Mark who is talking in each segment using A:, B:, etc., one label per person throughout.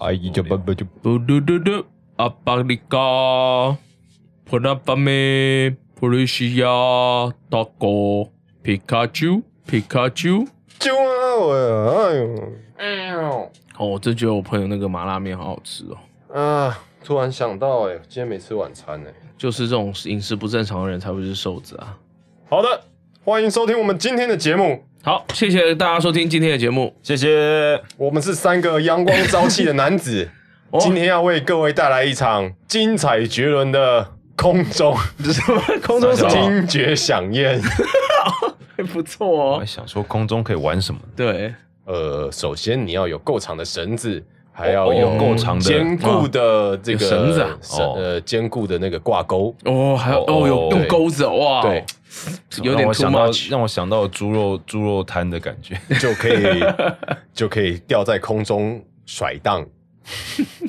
A: 哎，就不不就
B: 嘟嘟嘟嘟，阿巴里嘎，普拉巴梅，普利西亚，大哥，皮卡丘，皮卡丘。
A: 就啊！我哎呦，
C: 哎呦
B: 哦，我真觉得我朋友那个麻辣面好好吃哦，
A: 啊，
C: 突然想到、哎，今天没吃晚餐呢、
B: 就是这种饮食不正常的人才会是瘦子啊。
A: 好的，欢迎收听我们今天的节目，
B: 好，谢谢大家收听今天的节 目。
D: 谢谢。
A: 我们是三个阳光朝气的男 子，
B: 哦
A: 今天要为各位带来一场精彩绝伦的空中
B: 空中什么？
A: 听觉响宴。
B: 不错
D: 我还
B: 哦。
D: 想说空中可以玩什么？
B: 对，
A: 呃，首先你要有够长的绳子，还要有
B: 哦
A: 够
D: 够长的
A: 坚固的这个
B: 有绳子啊
A: 绳
D: 哦
A: 呃，坚固的那个挂钩。
B: 哦，还有
D: 哦
B: 哦，有
D: 对
B: 用钩子哦哇，
A: 对，
B: 有
D: 让
B: 点
D: 我
B: too
D: 想到
B: much。
D: 让我想到猪肉猪肉摊的感觉，
A: 就可以就可以吊在空中甩荡。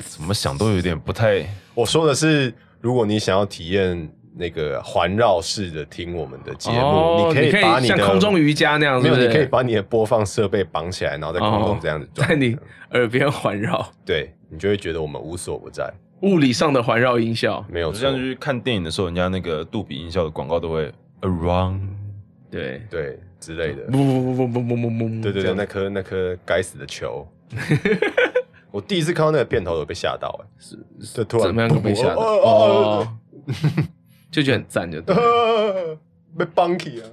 D: 怎么想 都有点不太。
A: 我说的是，如果你想要体验那个环绕式的听我们的节目，
B: 哦
A: 可以把你
B: 像
A: 的
B: 空中瑜伽那样，
A: 没
B: 是
A: 有，
B: 不是？
A: 你可以把你的播放设备绑起来，然后在空中这样子转，
B: 在你耳边环绕，
A: 对你就会觉得我们无所不在，
B: 物理上的环绕音效。
A: 没有
D: 我
A: 错
D: 像。去看电影的时候，人家那个杜比音效的广告都会 around，
B: 对，
A: 对之类的，
B: 不不不不不不不不，
A: 对对
B: 这
A: 对，
B: 样
A: 那颗那颗该死的球，我第一次看到那个片头有被吓到、哎，是，这突然
B: 怎么样都被吓到
A: 哦哦
B: 哦，就觉得很赞，就对了。
A: 呃 被绑起啊！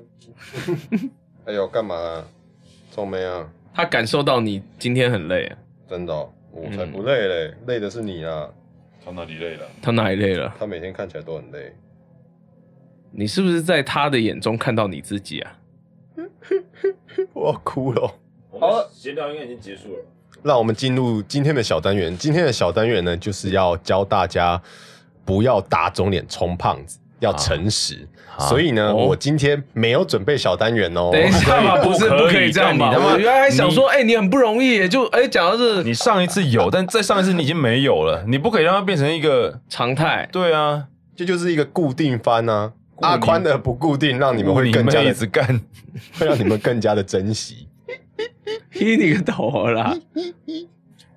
A: 哎呦，干嘛、啊？臭妹啊！
B: 他感受到你今天很累，
A: 真的哦、我才不累嘞，累的是你啊！
D: 他哪里累了？
B: 他哪里累了？
A: 他每天看起来都很累。
B: 你是不是在他的眼中看到你自己啊？
A: 我要哭了。
D: 好了，闲聊应该已经结束了。
A: 让我们进入今天的小单元。今天的小单元呢，就是要教大家不要打肿脸充胖子，要诚实。
D: 啊
A: 所以呢，
B: 哦
A: 我今天没有准备小单元哦。
B: 等一下吧，不是
D: 不可以
B: 不可以这样吧？
D: 干你他妈
B: 我原来还想说，哎，你很不容易，就哎，讲到这
D: 你上一次 有，但再上一次你已经没有了。你不可以让它变成一个
B: 常态，
D: 对啊，
A: 这就是一个固定番啊。
D: 定
A: 阿宽的不固定，让你们会更加
D: 你妹一
A: 的
D: 直 干。
A: 会让你们更加的珍惜
B: 踢你个头啦！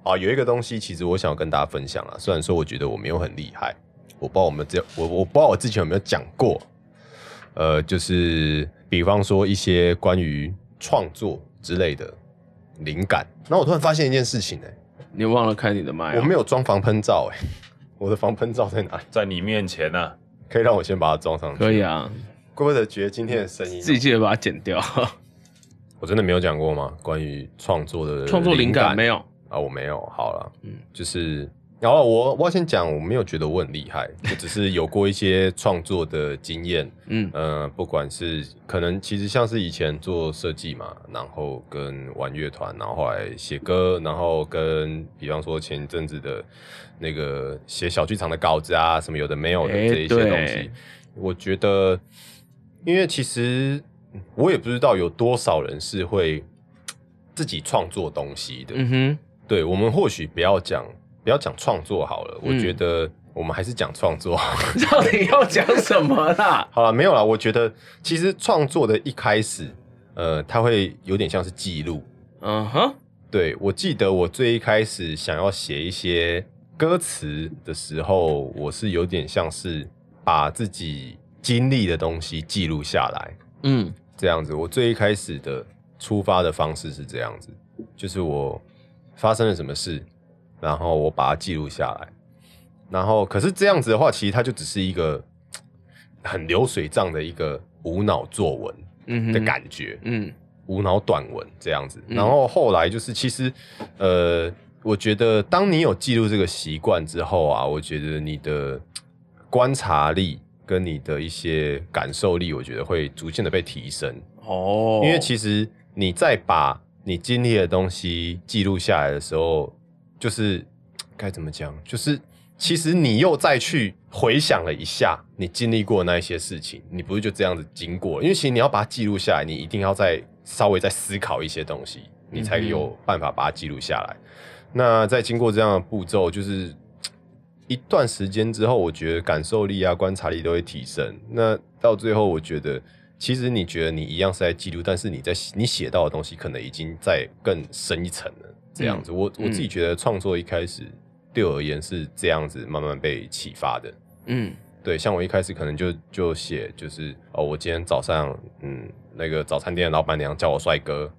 A: 啊。有一个东西，其实我想要跟大家分享啊，虽然说我觉得我没有很厉害，我不知道我们这我我不知道我之前有没有讲过，呃，就是比方说一些关于创作之类的灵感。然后我突然发现一件事情、欸，
B: 你忘了开你的麦
A: 我
B: 啊？
A: 没有装防喷罩、欸，我的防喷罩在哪里？
D: 啊在你面前呢、啊，
A: 可以让我先把它装上去。
B: 可以啊，
A: 怪不得觉得今天的声音，
B: 自己记得把它剪掉。
A: 我真的没有讲过吗？关于创作的
B: 创作灵感
A: 感
B: 没有，
A: 啊，我没有，好了，嗯
B: 嗯，
A: 就是，然后我我要先讲，我没有觉得我很厉害，我只是有过一些创作的经验，
B: 嗯，
A: 呃，不管是可能其实像是以前做设计嘛，然后跟玩乐团，然后后来写歌，然后跟比方说前一阵子的那个写小剧场的稿子啊，什么有的没有的
B: 诶
A: 这一些东西
B: 对，
A: 我觉得，因为其实我也不知道有多少人是会自己创作东西的，
B: 嗯哼，
A: 对，我们或许不要讲不要讲创作好了，我
B: 嗯
A: 觉得我们还是讲创作好了。
B: 到底要讲什么啦？
A: 好了，没有啦，我觉得其实创作的一开始，呃，它会有点像是记录。
B: 嗯哼，
A: 对我记得我最一开始想要写一些歌词的时候，我是有点像是把自己经历的东西记录下来。
B: 嗯，
A: 这样子。我最一开始的出发的方式是这样子，就是我发生了什么事，然后我把它记录下来。然后，可是这样子的话，其实它就只是一个很流水账的一个无脑作文
B: 嗯哼
A: 的感觉，
B: 嗯
A: 无脑短文这样子。
B: 嗯
A: 然后后来就是，其实呃，我觉得当你有记录这个习惯之后啊，我觉得你的观察力跟你的一些感受力，我觉得会逐渐的被提升。
B: 哦，
A: 因为其实你在把你经历的东西记录下来的时候，就是该怎么讲，就是其实你又再去回想了一下你经历过的那一些事情，你不是就这样子经过？因为其实你要把它记录下来，你一定要再稍微再思考一些东西，你才
B: 嗯哼
A: 有办法把它记录下来。那在经过这样的步骤，就是一段时间之后，我觉得感受力啊、观察力都会提升。那到最后，我觉得其实你觉得你一样是在记录，但是你在你写到的东西可能已经在更深一层了。这样
B: 嗯
A: 子，我我自己觉得创作一开始对我而言是这样子慢慢被启发的。
B: 嗯
A: 对，像我一开始可能就就写就是哦，我今天早上嗯，那个早餐店的老板娘叫我帅 哥，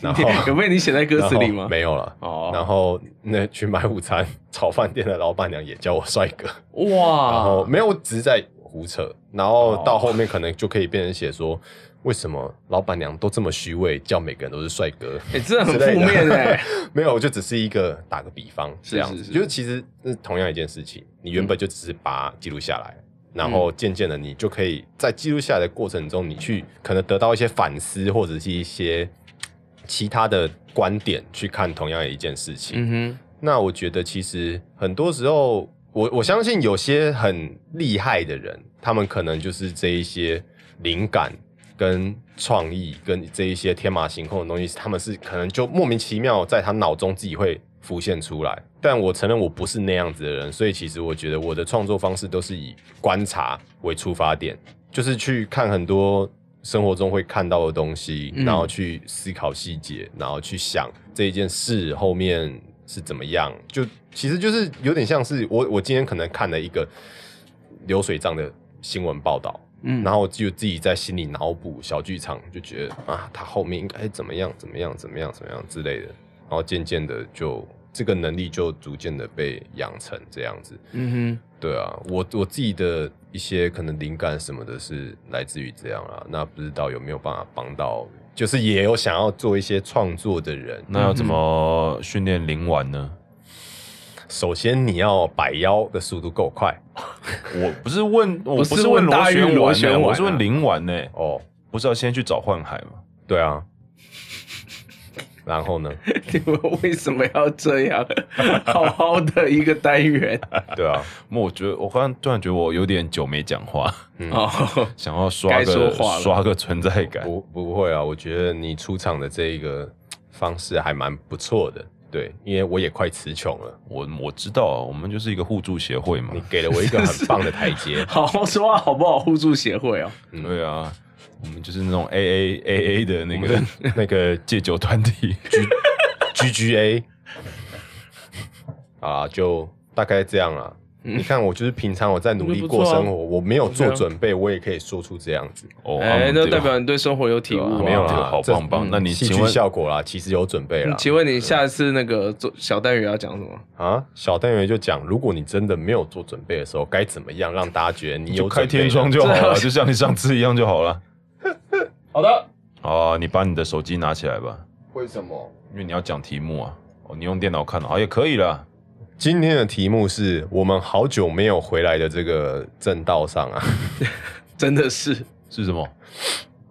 A: 然后
B: 有被你写在歌词里
A: 然
B: 吗
A: 后？没有了。
B: 哦，
A: 然后那去买午餐炒饭店的老板娘也叫我帅哥，
B: 哇，
A: 然后没有，我只是在胡扯。然
B: 哦
A: 后到后面可能就可以变成写说，为什么老板娘都这么虚伪，叫每个人都是帅哥？
B: 哎，真的 很
A: 之类
B: 负
A: 的
B: 面哎，
A: 没有，我就只是一个打个比方
B: 是
A: 这样
B: 是
A: 子，
B: 是嗯
A: 就是其实是同样一件事情，你原本就只是把它记录下来，然后渐渐的你就可以在记录下来的过程中，你去可能得到一些反思或者是一些其他的观点去看同样的一件事情。
B: 嗯
A: 那我觉得其实很多时候，我我相信有些很厉害的人，他们可能就是这一些灵感跟创意跟这一些天马行空的东西，他们是可能就莫名其妙在他脑中自己会浮现出来。但我承认我不是那样子的人，所以其实我觉得我的创作方式都是以观察为出发点，就是去看很多生活中会看到的东西，
B: 嗯
A: 然后去思考细节，然后去想这一件事后面是怎么样。就其实就是有点像是我我今天可能看了一个流水账的新闻报道，
B: 哼，嗯，
A: 然后就自己在心里脑补小剧场，就觉得啊，他后面应该怎么样怎么样怎么样怎么样之类的，然后渐渐的就这个能力就逐渐的被养成这样子。
B: 嗯
A: 对啊，我我自己的一些可能灵感什么的，是来自于这样啦。那不知道有没有办法帮到，就是也有想要做一些创作的人。
D: 那要怎么训练灵丸呢？
A: 首先你要摆腰的速度够快
D: 我不是问，
B: 不
D: 我不
B: 是
D: 是
B: 问
D: 问螺
B: 大玉
D: 旋丸
B: 螺
D: 欸
B: 旋丸
D: 我是
B: 啊
D: 问灵丸欸呢。
A: 哦。
D: 不是要先去找幻海吗？
A: 对啊，然后呢？
B: 哼， 你们为什么要这 样？好好的一个单元
A: 对啊，
D: 那我觉得，我刚刚突然觉得我有点久没讲话，
A: 嗯
B: 哦，
D: 想要刷
B: 该说
D: 个
B: 话了。
D: 刷个存在感。
A: 不不会啊，我觉得你出场的这一个方式还蛮不错的。对，因为我也快词穷了，
D: 我我知道啊，我们就是一个互助协会嘛
A: 你。给了我一个很棒的台阶
B: 好好说话好不好？互助协会哦，
D: 对啊，我们就是那种 A A A A 的那
A: 我
D: 个 那个戒酒团体。
A: G G A，啊，就大概这样啦。
D: 嗯
A: 你看，我就是平常我在努力
D: 啊
A: 过生活，我没有做准备，我也可以说出这样子，
D: 哦
B: 哎，
D: 嗯
B: 那
D: 对
B: 代表你对生活有体悟
D: 哇
B: 啊
D: 没有
A: 啦
D: 啦，好
A: 这嗯
D: 棒棒。那你
A: 戏
D: 请
A: 剧
D: 问
A: 效果啦，其实有准备啦。
B: 请问你下次那个做小单元要讲什么？
A: 啊，小单元就讲，如果你真的没有做准备的时候，该怎么样让大家觉得你
D: 就
A: 有
D: 开
A: 准备
D: 天
A: 呢
D: 窗就好
B: 这
D: 了，就像你上次一样就好了。
C: 好的。
D: 哦，你把你的手机拿起来吧，
C: 为什么？
D: 因为你要讲题目啊。哦，你用电脑看啊，也可以啦。
A: 今天的题目是我们好久没有回来的这个正道上啊，
B: 真的是
D: 是什么？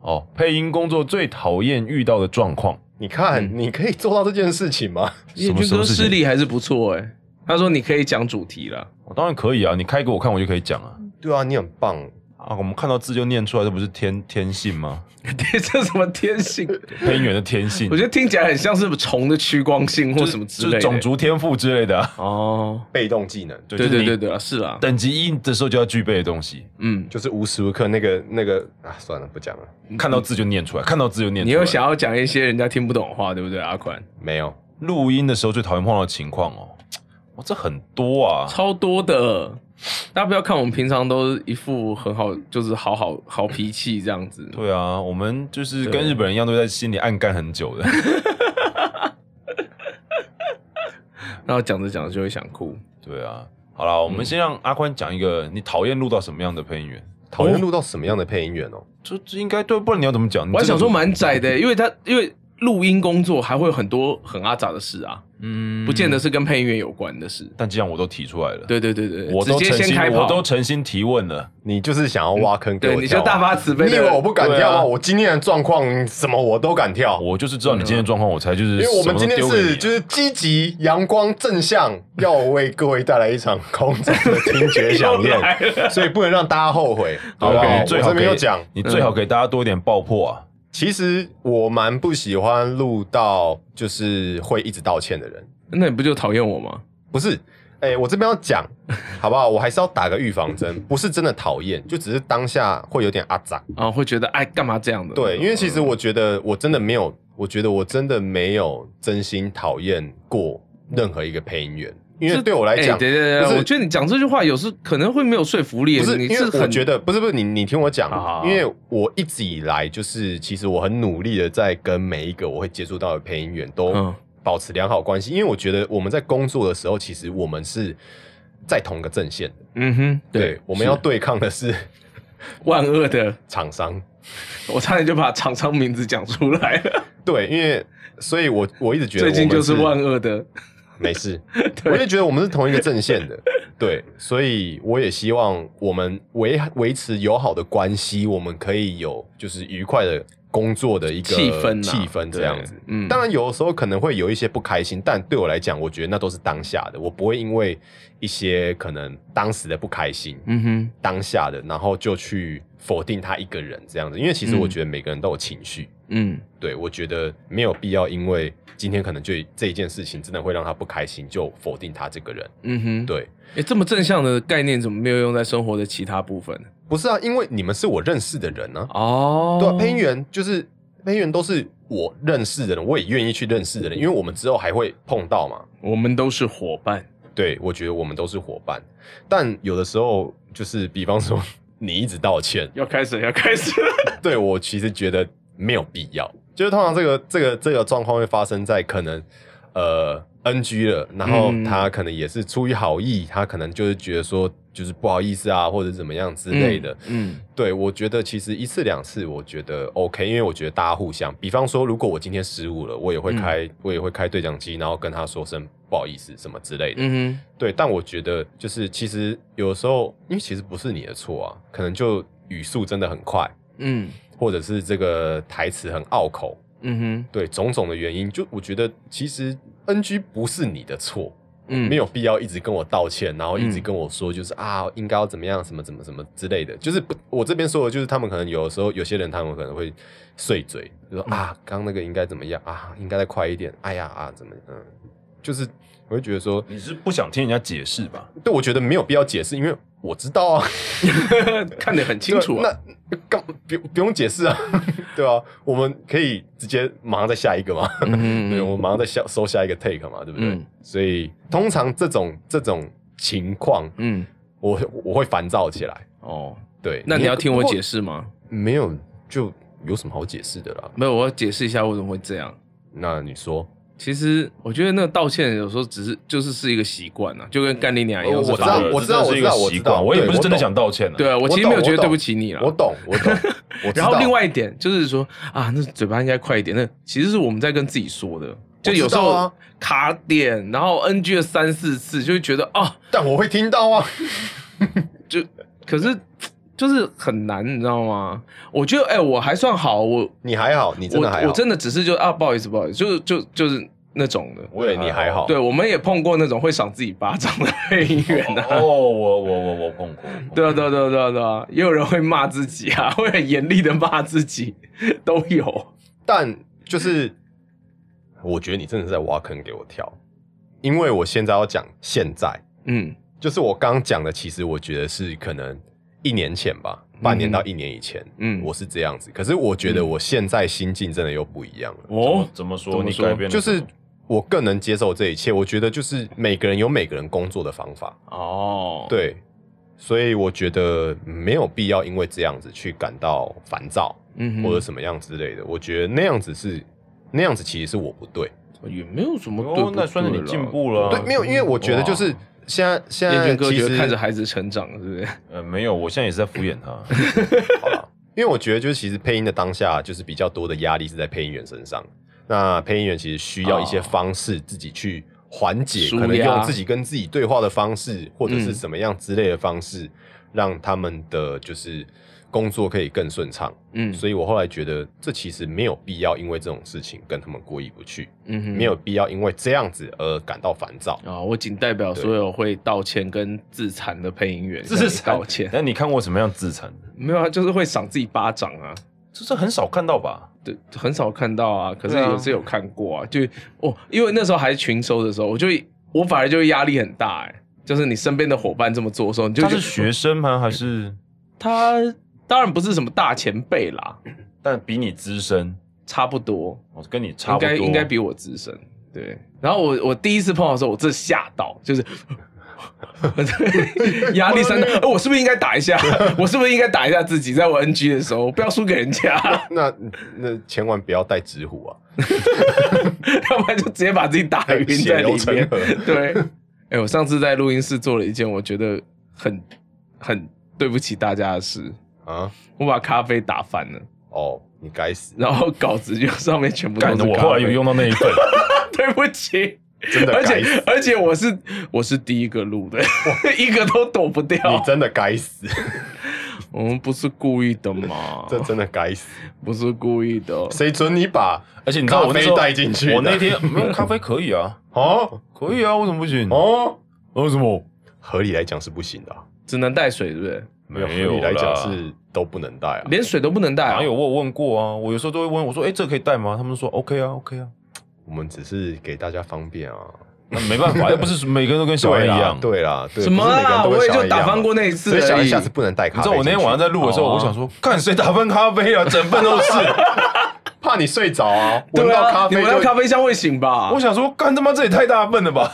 D: 哦，配音工作最讨厌遇到的状况。
A: 你看、
D: 嗯
A: 你可以做到这件事情吗？
B: 叶
D: 什么
B: 军
D: 什
B: 哥
D: 么事情
B: 视力还是不错哎、他说你可以讲主题了，
D: 我、当然可以啊，你开给我看，我就可以讲啊。
A: 对啊，你很棒，
D: 啊，我们看到字就念出来，这不是天天性吗？
B: 这什么天性？
D: 配音员的天性，
B: 我觉得听起来很像是虫的趋光性或什么之类的、
D: 就是种族天赋之类的、啊。
B: 哦，
A: 被动技能
D: 对
B: 对对，
D: 就
B: 对
D: 是你
B: 对啊，是啊，
D: 等级一的时候就要具备的东西，
B: 嗯，
A: 就是无时无刻那个那个啊，算了，不讲了，
D: 看到字就念出来，看到字就念出
B: 你
D: 来。
B: 又想要讲一些人家听不懂的话，对不对？阿宽，
A: 没有，
D: 录音的时候最讨厌碰到的情况哦，哇，这很多啊。
B: 超多的。大家不要看我们平常都一副很好，就是好好好脾气这样子。
D: 对啊，我们就是
B: 对
D: 跟日本人一样，都在心里暗干很久的。
B: 然后讲着讲着就会想哭。
D: 对啊，好啦，我们先让阿宽讲一个，你讨厌录到什么样的配音员？
A: 讨厌录到什么样的配音员哦？
D: 这这应该对，不然你要怎么讲？你
B: 我还想
D: 嗯这
B: 说
D: 个
B: 蛮窄的、因为他因为录音工作还会有很多很阿杂的事啊，
D: 嗯
B: 不见得，是跟配音员有关的事。
D: 但既然我都提出来了，，
B: 对对对对，
D: 我都
B: 直接
D: 诚
B: 先
D: 心
B: 开，
D: 我都
B: 炮。
D: 诚心提问了。
A: 你就是想要挖坑给
B: 嗯对，
A: 我跳啊、
B: 你就大发慈悲
A: 你以为
B: 的，
A: 我不敢
D: 对啊
A: 跳吗？我今天的状况什么我都敢跳，
D: 我就是知道你今天的
B: 嗯
D: 状况，我才就是
A: 因为我们今天是
D: 啊
A: 就是是积极、阳光、正向，要为各位带来一场空中的听 觉响
B: 又来
A: 宴，所以不能让大家后悔。好不好？
D: OK，
A: 啊我
D: 你最好
A: 这边
D: 给
A: 又讲，
D: 你最
B: 嗯
D: 好给大家多一点爆破啊。
A: 其实我蛮不喜欢录到就是会一直道歉的人，
B: 那你不就讨厌我吗？
A: 不是。哎、我这边要 讲，好不好？我还是要打个预防针，不是真的讨厌，就只是当下会有点阿杂。
B: 啊，会觉得哎，干嘛这样的？哦
A: 对，因为其实我觉得我真的没有，我觉得我真的没有真心讨厌过任何一个配音员，因为对我来
B: 哎
A: 讲，
B: 对对
A: 不
B: 对，
A: 是
B: 我觉得你讲这句话有时可能会没有说服力。
A: 不是
B: 你
A: 因为我
B: 很
A: 觉得不是不是你你听我讲
B: 好好，好
A: 因为我一直以来就是其实我很努力的在跟每一个我会接触到的配音员都
B: 嗯
A: 保持良好关系，因为我觉得我们在工作的时候，其实我们是在同个阵线的，
B: 嗯哼，对，
A: 我们要
B: 是
A: 对抗的是
B: 万恶的，
A: 厂商。
B: 我差点就把厂商名字讲出来了。
A: 对，因为所以我，我一直觉得
B: 最近
A: 我们
B: 就是万恶的，
A: 没事，
B: 对
A: 我也觉得我们是同一个阵线的，对，所以我也希望我们维维持友好的关系，我们可以有就是愉快的工作的一个
B: 气氛啊
A: 气氛这样子。
B: 嗯，
A: 当然，有的时候可能会有一些不开心，但对我来讲，我觉得那都是当下的，我不会因为一些可能当时的不开心，
B: 嗯哼，
A: 当下的，然后就去否定他一个人这样子，因为其实我
B: 嗯
A: 觉得每个人都有情绪，
B: 嗯，
A: 对，我觉得没有必要，因为今天可能就这一件事情真的会让他不开心，就否定他这个人。
B: 嗯哼，
A: 对，
B: 哎，这么正向的概念怎么没有用在生活的其他部分？
A: 不是啊，因为你们是我认识的人啊，
B: 哦，
A: 对啊，配音员就是配音员都是我认识的人，我也愿意去认识
B: 嗯
A: 的人，因为我们之后还会碰到嘛。
B: 我们都是伙伴，
A: 对，我觉得我们都是伙伴，但有的时候就是，比方说 你一直道歉，
B: 要开始，要开 始，
A: 对我其实觉得没有必要。就是通常这个这个这个状况会发生在可能呃 NG 了，然后
B: 嗯
A: 他可能也是出于好意，他可能就是觉得说就是不好意思啊，或者怎么样之类的。
B: 嗯，
A: 对我觉得其实一次两次我觉得 OK，因为我觉得大家互相，比方说如果我今天失误了，我也会
B: 嗯
A: 开、我也会开对讲机，然后跟他说声不好意思什么之类的。
B: 嗯
A: 对，但我觉得就是其实有时候因为其实不是你的错啊，可能就语速真的很快。
B: 哼，嗯，
A: 或者是这个台词很拗口，
B: 嗯哼，
A: 对种种的原因，就我觉得其实 NG 不是你的错，
B: 嗯，
A: 没有必要一直跟我道歉，然后一直
B: 嗯
A: 跟我说就是、啊应该要怎么样，什么怎么怎么之类的。就是不，我这边说的就是他们可能有的时候有些人他们可能会碎嘴，就说、
B: 嗯
A: 啊刚那个应该怎么样啊，应该再快一点，哎呀啊怎么嗯，就是我会觉得说，
D: 你是不想听人家解释吧？
A: 对我觉得没有必要解释，因为我知道啊。
B: 看得很 清楚啊，
A: 对那干不不用解释啊， 对啊，我们可以直接马上再下一个嘛，
B: 嗯哼
A: 对，我们马上再下收下一个 take 嘛，对不对？
B: 嗯
A: 所以通常这种这种情况，
B: 嗯，
A: 我我会烦躁起来。
B: 哦，
A: 对，
B: 那你要听我解
A: 释？
B: 释吗？
A: 没有，就有什么好解释的啦？
B: 没有，我要解释一下为什么会这样。
A: 那你说，
B: 其实我觉得那个道歉有时候只是就是是一个习惯啊，就跟干你娘一样。
A: 哦我
B: 是
A: 知
B: 吧
A: 道
D: 对
A: 我知道
D: 这真的是一个
A: 我知道我知
D: 习
A: 道
D: 惯我也
A: 对
D: 不是真的
A: 我懂
D: 想道歉的。
B: 对啊，我
A: 懂
B: 其实没有觉得
A: 懂
B: 对不起你了。
A: 我懂，我 懂，我知
B: 然
A: 道。
B: 后另外一点就是说啊，那嘴巴应该快一点。那其实是我们在跟自己说的，就有时
A: 我知道
B: 候
A: 啊
B: 卡点，然后 NG 了三四次，就会觉得啊，
A: 但我会听到啊，
B: 就可是就是很难，你知道吗？我觉得哎、我还算好，我
A: 你还好，你真的还
B: 我
A: 好，
B: 我真的只是就啊，不好意思，不好意思，就是就就是那种的。
D: 我也
A: 对你还好。
B: 对，我们也碰过那种会赏自己巴掌的配音员啊。
D: 哦，我我我我碰过。
B: 对啊，对啊，对啊，对啊，对啊，也有人会骂自己啊， 会很严厉的骂自己，都有。
A: 但就是，我觉得你真的是在挖坑给我跳，因为我现在要讲现在，
B: 嗯
A: 就是我刚讲的，其实我觉得是可能一年前吧，半年到一年以前，
B: 嗯，
A: 我是这样子。可是我觉得我现在心境真的又不一样了，
B: 哦，
D: 怎么
B: 怎
D: 说？
B: 么
D: 你
B: 说
D: 改变了
A: 就是
D: 什么
A: 我更能接受这一切。我觉得就是每个人有每个人工作的方法，
B: 哦，，
A: 对，所以我觉得没有必要因为这样子去感到烦躁
B: 嗯哼，
A: 或者什么样之类的。我觉得那样子是那样子，其实是我不对。
B: 也没有什么
D: 哦
B: 对不对啦，
D: 那算是你进步了啊
A: 对，没有，因为我觉得就是
D: 哇
A: 现在现
B: 嗯哦燕
A: 在
B: 军哥
A: 其
B: 觉
A: 实
B: 得看着孩子成长，是不是？
D: 呃没有，我现在也是在敷衍他。
A: 好了，因为我觉得就是其实配音的当下就是比较多的压力是在配音员身上。那配音员其实需要一些
B: 哦
A: 方式自己去缓解，
B: 舒
A: 可能
B: 压
A: 用自己跟自己对话的方式，或者是什么样之类的方式，让他们的就是工作可以更顺畅。
B: 嗯，
A: 所以我后来觉得这其实没有必要因为这种事情跟他们过意不去，
B: 嗯哼
A: 没有必要因为这样子而感到烦躁。
B: 啊，我仅代表所有会道歉跟自残的配音员
D: 自残
B: 向 你道歉，
D: 那你看过什么样自残的？
B: 没有啊，就是会赏自己巴掌啊。
D: 就是很少看到吧？
B: 对，很少看到啊，可是
D: 对啊
B: 有时有看过啊，就哦，因为那时候还群收的时候，我就我反而就压力很大哎、就是你身边的伙伴这么做的时候，你就
D: 他
B: 觉得
D: 是学生吗？还是？
B: 他当然不是什么大前辈啦，
D: 但比你资深，
B: 差不多，
D: 我跟你差
B: 应
D: 不多，
B: 该应该比我资深。对，然后我我第一次碰到的时候，我真的吓到，就是 压力山大、呃我是不是应该打一下？ 我是不是应该打一下自己？在我 NG 的时候，不要输给人家，
A: 那那千万不要带纸虎啊，
B: 要不然就直接把自己打晕在
A: 血
B: 里
A: 流成
B: 面。
A: 河。
B: 对，哎、我上次在录音室做了一件我觉得很很对不起大家的事，
A: 啊！
B: 我把咖啡打翻了，
A: 哦，你该死，
B: 然后稿子就 上面全部都
D: 干
B: 是
D: 的。
B: 咖啡。
D: 我后来有，用到那一份，
B: 对不起。
A: 真的
B: 而
A: 该
B: 且
A: 死，
B: 而且我是我是第一个录的， 一个都躲不
A: 你
B: 掉。
A: 真的该死，
B: 哦我们不是故意的嘛，
A: 这真的该死，
B: 不是故意的。哦
A: 谁准你把
D: 而且你知道我那时候
A: 咖啡带进去的
D: 我那天没有咖啡可以啊，
A: 哦
D: 可以啊，为什么不行？
A: 哦？
D: 为什么？
A: 合理来讲是不行的啊、
B: 只能带水，对不对？
A: 没有
D: 没有
A: 合理来讲
D: 啦
A: 是都不能带啊。
B: 连水都不能带啊
D: 哪！有我有问过啊？我有时候都会问我说：“哎、这个可以带吗？”他们说：“OK 啊，OK 啊。
A: 我们只是给大家方便啊。”
D: 那没办法，又不是每个人都跟小孩一样。
A: 对啦，对啦，对
B: 什么
A: 不是每个人
B: 啊？
A: 都跟
B: 我也
A: 小孩
B: 就
A: 一样
B: 打翻过那一次
A: 所
B: 而
A: 以
B: 已。
A: 想一下是不能带啊咖
D: 你
A: 啡
D: 知
A: 进
D: 道
A: 去。
D: 我那天晚上在录的时候，
B: 哦啊
D: 我想说，看谁打翻咖啡啊，整份都是。
A: 怕你睡着啊，闻
B: 对
A: 到
B: 啊
A: 咖，
B: 你
A: 啡
B: 闻到
A: 就
B: 咖啡香会醒吧？
D: 我想说，干他妈这也太大份了吧！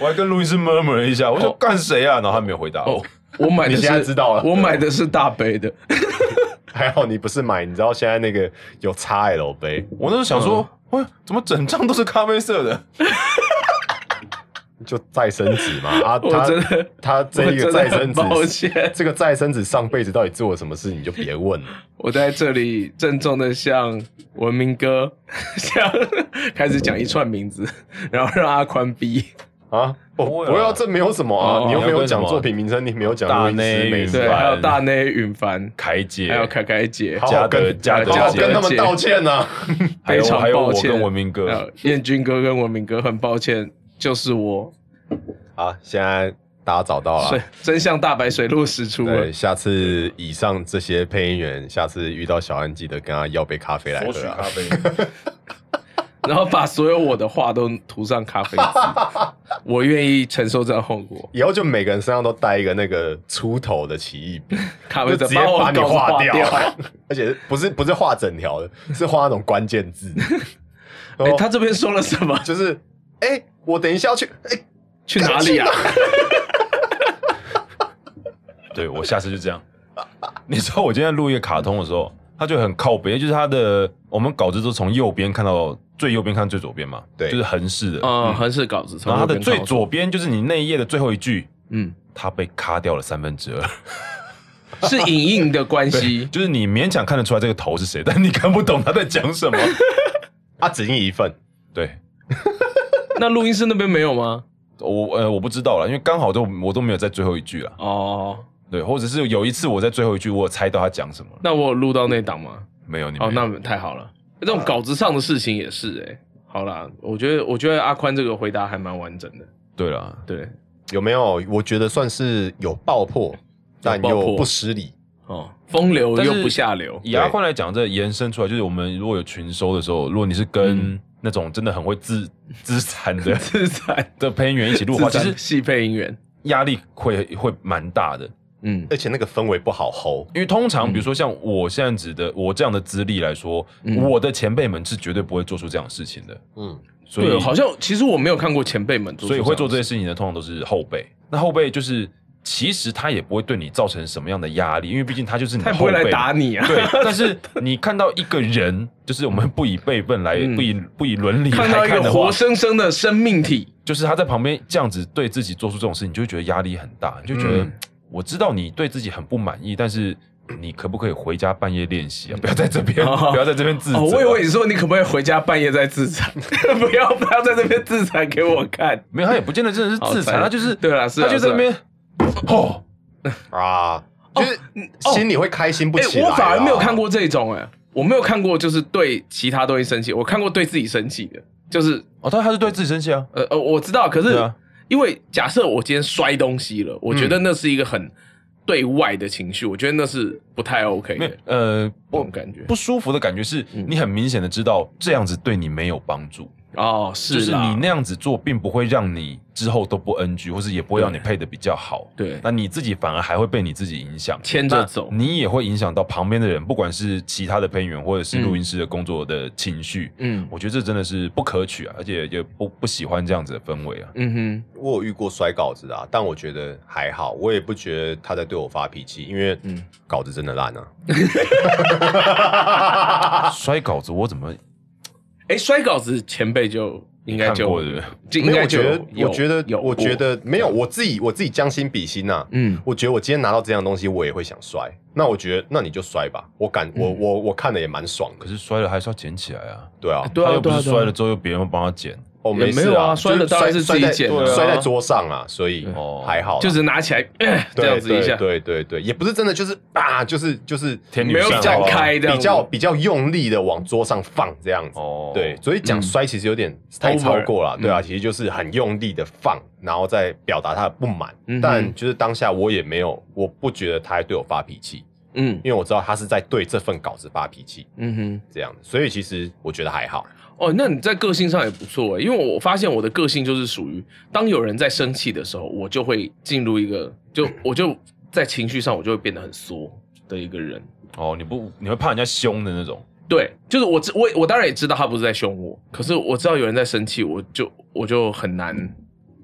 D: 我还跟路易斯 murmur 了一下，我说干谁啊？然后他没有回答我
B: 哦。，我买的
A: 你现在
B: 是
A: 知道了
B: 我买的是大杯的，
A: 还好你不是买，你知道现在那个有 XL 杯，
D: 我那时候想说，喂，怎么整张都是咖啡色的？
A: 就再生纸嘛啊，
B: 我
A: 他
B: 真的
A: 他这一
B: 我
A: 个
B: 真的
A: 再生
B: 很抱
A: 纸，
B: 歉。
A: 这个再生纸上辈子到底做了什么事，你就别问了。
B: 我在这里郑重的向文明哥 向开始讲一串名字，然后让阿宽逼。
A: 啊，我
D: 不会
A: 我
D: 啦
A: 要这没有什么啊，
B: 哦
A: 你又没
D: 你要
A: 有
D: 跟什
A: 讲
D: 么
A: 作品名称，你没有讲
D: 大
A: 录音
D: 内
A: 师美
D: 云
B: 对，
A: 食，
D: 凡
B: 还有大内允凡，
D: 凯姐，
B: 还有凯凯姐，
A: 好
D: 嘉
A: 好
D: 德
A: 跟
D: 嘉德
A: 好好
D: 姐
A: 跟他们道歉啊呐。
D: 还有
B: 非常
D: 还有
B: 抱
D: 我
B: 歉哎
D: 跟文明
B: 还
D: 哥，
B: 有彦君哥跟文明哥，很抱歉，就是我，
A: 好，现在大家找到
B: 水
A: 了。
B: 真相大白，水落石出了
A: 对，。下次以上这些配音员，下次遇到小安记得跟他要杯咖啡来
D: 索
A: 喝
D: 取咖
A: 啊。
D: 啡。
B: 然后把所有我的话都涂上咖啡渍，我愿意承受这样后果。
A: 以后就每个人身上都带一个那个出头的奇异笔，
B: 咖啡
A: 就
B: 渍
A: 直接把你
B: 我搞
A: 划
B: 掉。
A: 掉， 而且不是不是画整条的，是画那种关键 字。
B: 哎、
A: 然后
B: 他这边说了什么？
A: 就是，哎、我等一下要去，哎、
B: 去哪里啊？
D: 对我下次就这样。你知道我今天录一个卡通的时候，他就很靠北，就是他的我们稿子都从右边看到最右边看最左边嘛，
A: 对
D: 就是横式的。
B: 嗯，还是稿子。
D: 然后
B: 他
D: 他的最，左边就是你那一页的最后一句，
B: 嗯，
D: 它被卡掉了三分之 二，
B: 是影印的关系。
D: 就是你勉强看得出来这个头是谁，但你看不懂他在讲什么。
A: 啊，只印一份，
D: 对
B: 那录音室那边没有吗？
D: 我呃我不知道了，因为刚好都我都没有在最后一句啊。
B: 哦，
D: 对，或者是有一次我在最后一句我有猜到他讲什么了，
B: 那我有录到那档吗？
D: 没有你
B: 哦，
D: 没有
B: 那太好了。这种稿子上的事情也是哎、好啦，我觉得我觉得阿宽这个回答还蛮完整的。
D: 对了，
B: 对，
A: 有没有？我觉得算是有爆破，但
B: 爆破
A: 又不失礼。
B: 哦，风流
D: 但是
B: 又不下流。
D: 以阿宽来讲，这延伸出来就是我们如果有群收的时候，如果你是
B: 嗯
D: 跟那种真的很会自 自残的
B: 自在，
D: 的配音员一起录的话，
B: 自
D: 其
B: 在
D: 实
B: 戏配音员，
D: 压力会会蛮大的。
B: 嗯，
A: 而且那个氛围不好 hold。
D: 因为通常，比如说像我现在指的我这样的资历来说，
B: 嗯
D: 我的前辈们是绝对不会做出这样的事情的，
A: 嗯，
D: 所以
B: 对，好像其实我没有看过前辈们做出
D: 所
B: 样的事，
D: 以会做这些事情的通常都是后辈。那后辈就是其实他也不会对你造成什么样的压力，因为毕竟他就是你
B: 他也
D: 的嗯后
B: 不会来
D: 辈嘛。
B: 打你啊。
D: 对，但是你看到一个人，就是我们不以辈分来，
B: 嗯
D: 不以不以伦理来
B: 看到一
D: 看
B: 个
D: 的
B: 活
D: 话，
B: 生生的生命体，
D: 就是他在旁边这样子对自己做出这种事，你就会觉得压力很大，你就觉得、
B: 嗯
D: 我知道你对自己很不满意，但是你可不可以回家半夜练习啊？不要 在这边，
B: 哦
D: 不要在这边自责、啊
B: 哦，我以为你说你可不可以回家半夜再自残， 不要不要在这边自残给我看。
D: 没有，他也不见得真的是自残，
B: 好
D: 他就是
B: 对啦是啊
D: 他就在那边哦，
A: 啊，就是
B: 哦
A: 心里会开心不
B: 哎、
A: 起来、啊
B: 我反
D: 啊
B: 而没有看，过这种哎、我没有看过就是对其他东西生气，我看过对自己生气的，就是
D: 哦，他他是对自己生气啊，
B: 呃呃，我知道，可是、
D: 对啊
B: 因为假设我今天摔东西了，我觉得那是一个很对外的情绪，我觉得那是不太 OK
D: 没有
B: 的，
D: 呃，
B: 我
D: 不
B: 感觉嗯
D: 不舒服的感觉是你很明显的知道这样子对你没有帮助，
B: 哦，
D: 就是是
B: 啦
D: 你那样子做，并不会让你之后都不 NG，或是也不会让你
B: 对
D: 配的比较好。
B: 对
D: 那你自己反而还会被你自己影响，
B: 牵着走
D: 那你也会影响到旁边的人，不管是其他的配音员或者是录音师的工作的情绪。
B: 嗯
D: 我觉得这真的是不可取啊，而且也不不喜欢这样子的氛围啊。
B: 嗯
A: 我有遇过摔稿子的啊，但我觉得还好，我也不觉得他在对我发脾气，因为
B: 嗯
A: 稿子真的烂 啊。
B: 啊
D: 摔稿子我怎么
B: 哼，哎，摔稿子前辈就应该
D: 看
B: 就
D: 过对不对？
B: 就应
A: 没有，
B: 该
A: 我
B: 就
A: 觉得，
B: 有
A: 我觉得，
B: 有
A: 我觉
B: 过
A: 得没有，我自己我自己将心比心呐、啊
B: 嗯
A: 我觉得我今天拿到这样东西，我也会想摔。那我觉得，那你就摔吧。我感我
B: 嗯
A: 我我看的也蛮爽的
D: 可，是摔了还是要捡起来啊？
A: 对啊
B: 啊。对
D: 他
B: 啊
D: 又不
B: 对啊
D: 是
B: 对啊
D: 摔了之后又别人帮他捡，
A: 哦，
B: 也
A: 没
B: 没
A: 事
B: 有啊
A: 啊，
B: 摔了
A: 就是
B: 当然是自己
A: 摔在
B: 捡嗯
D: 的啊
A: 摔在桌上啊，所以
D: 哦
A: 还好啦。
B: 就是拿起来呃
A: 对
B: 这样子一下，
A: 对对对对，也不是真的，就是啊，就是就是
D: 天女
B: 没有
D: 散
B: 展
D: 花
B: 开这样
A: 比
B: 子
A: 较比较用力的往桌上放这样子。
D: 哦，
A: 对，所以讲
B: 嗯
A: 摔其实有点太超过了，
B: Over，
A: 对啊，
B: 嗯
A: 其实就是很用力的放，然后再表达他的不满
B: 嗯哼。
A: 但就是当下我也没有，我不觉得他还对我发脾气，
B: 嗯
A: 因为我知道他是在对这份稿子发脾气
B: 嗯哼。
A: 这样，所以其实我觉得还好。
B: 哦，那你在个性上也不错哎，因为我发现我的个性就是属于，当有人在生气的时候，我就会进入一个，就我就在情绪上我就会变得很缩的一个人。
D: 哦，你不你会怕人家凶的那种，
B: 对，就是我知我我当然也知道他不是在凶我，可是我知道有人在生气，我就我就很难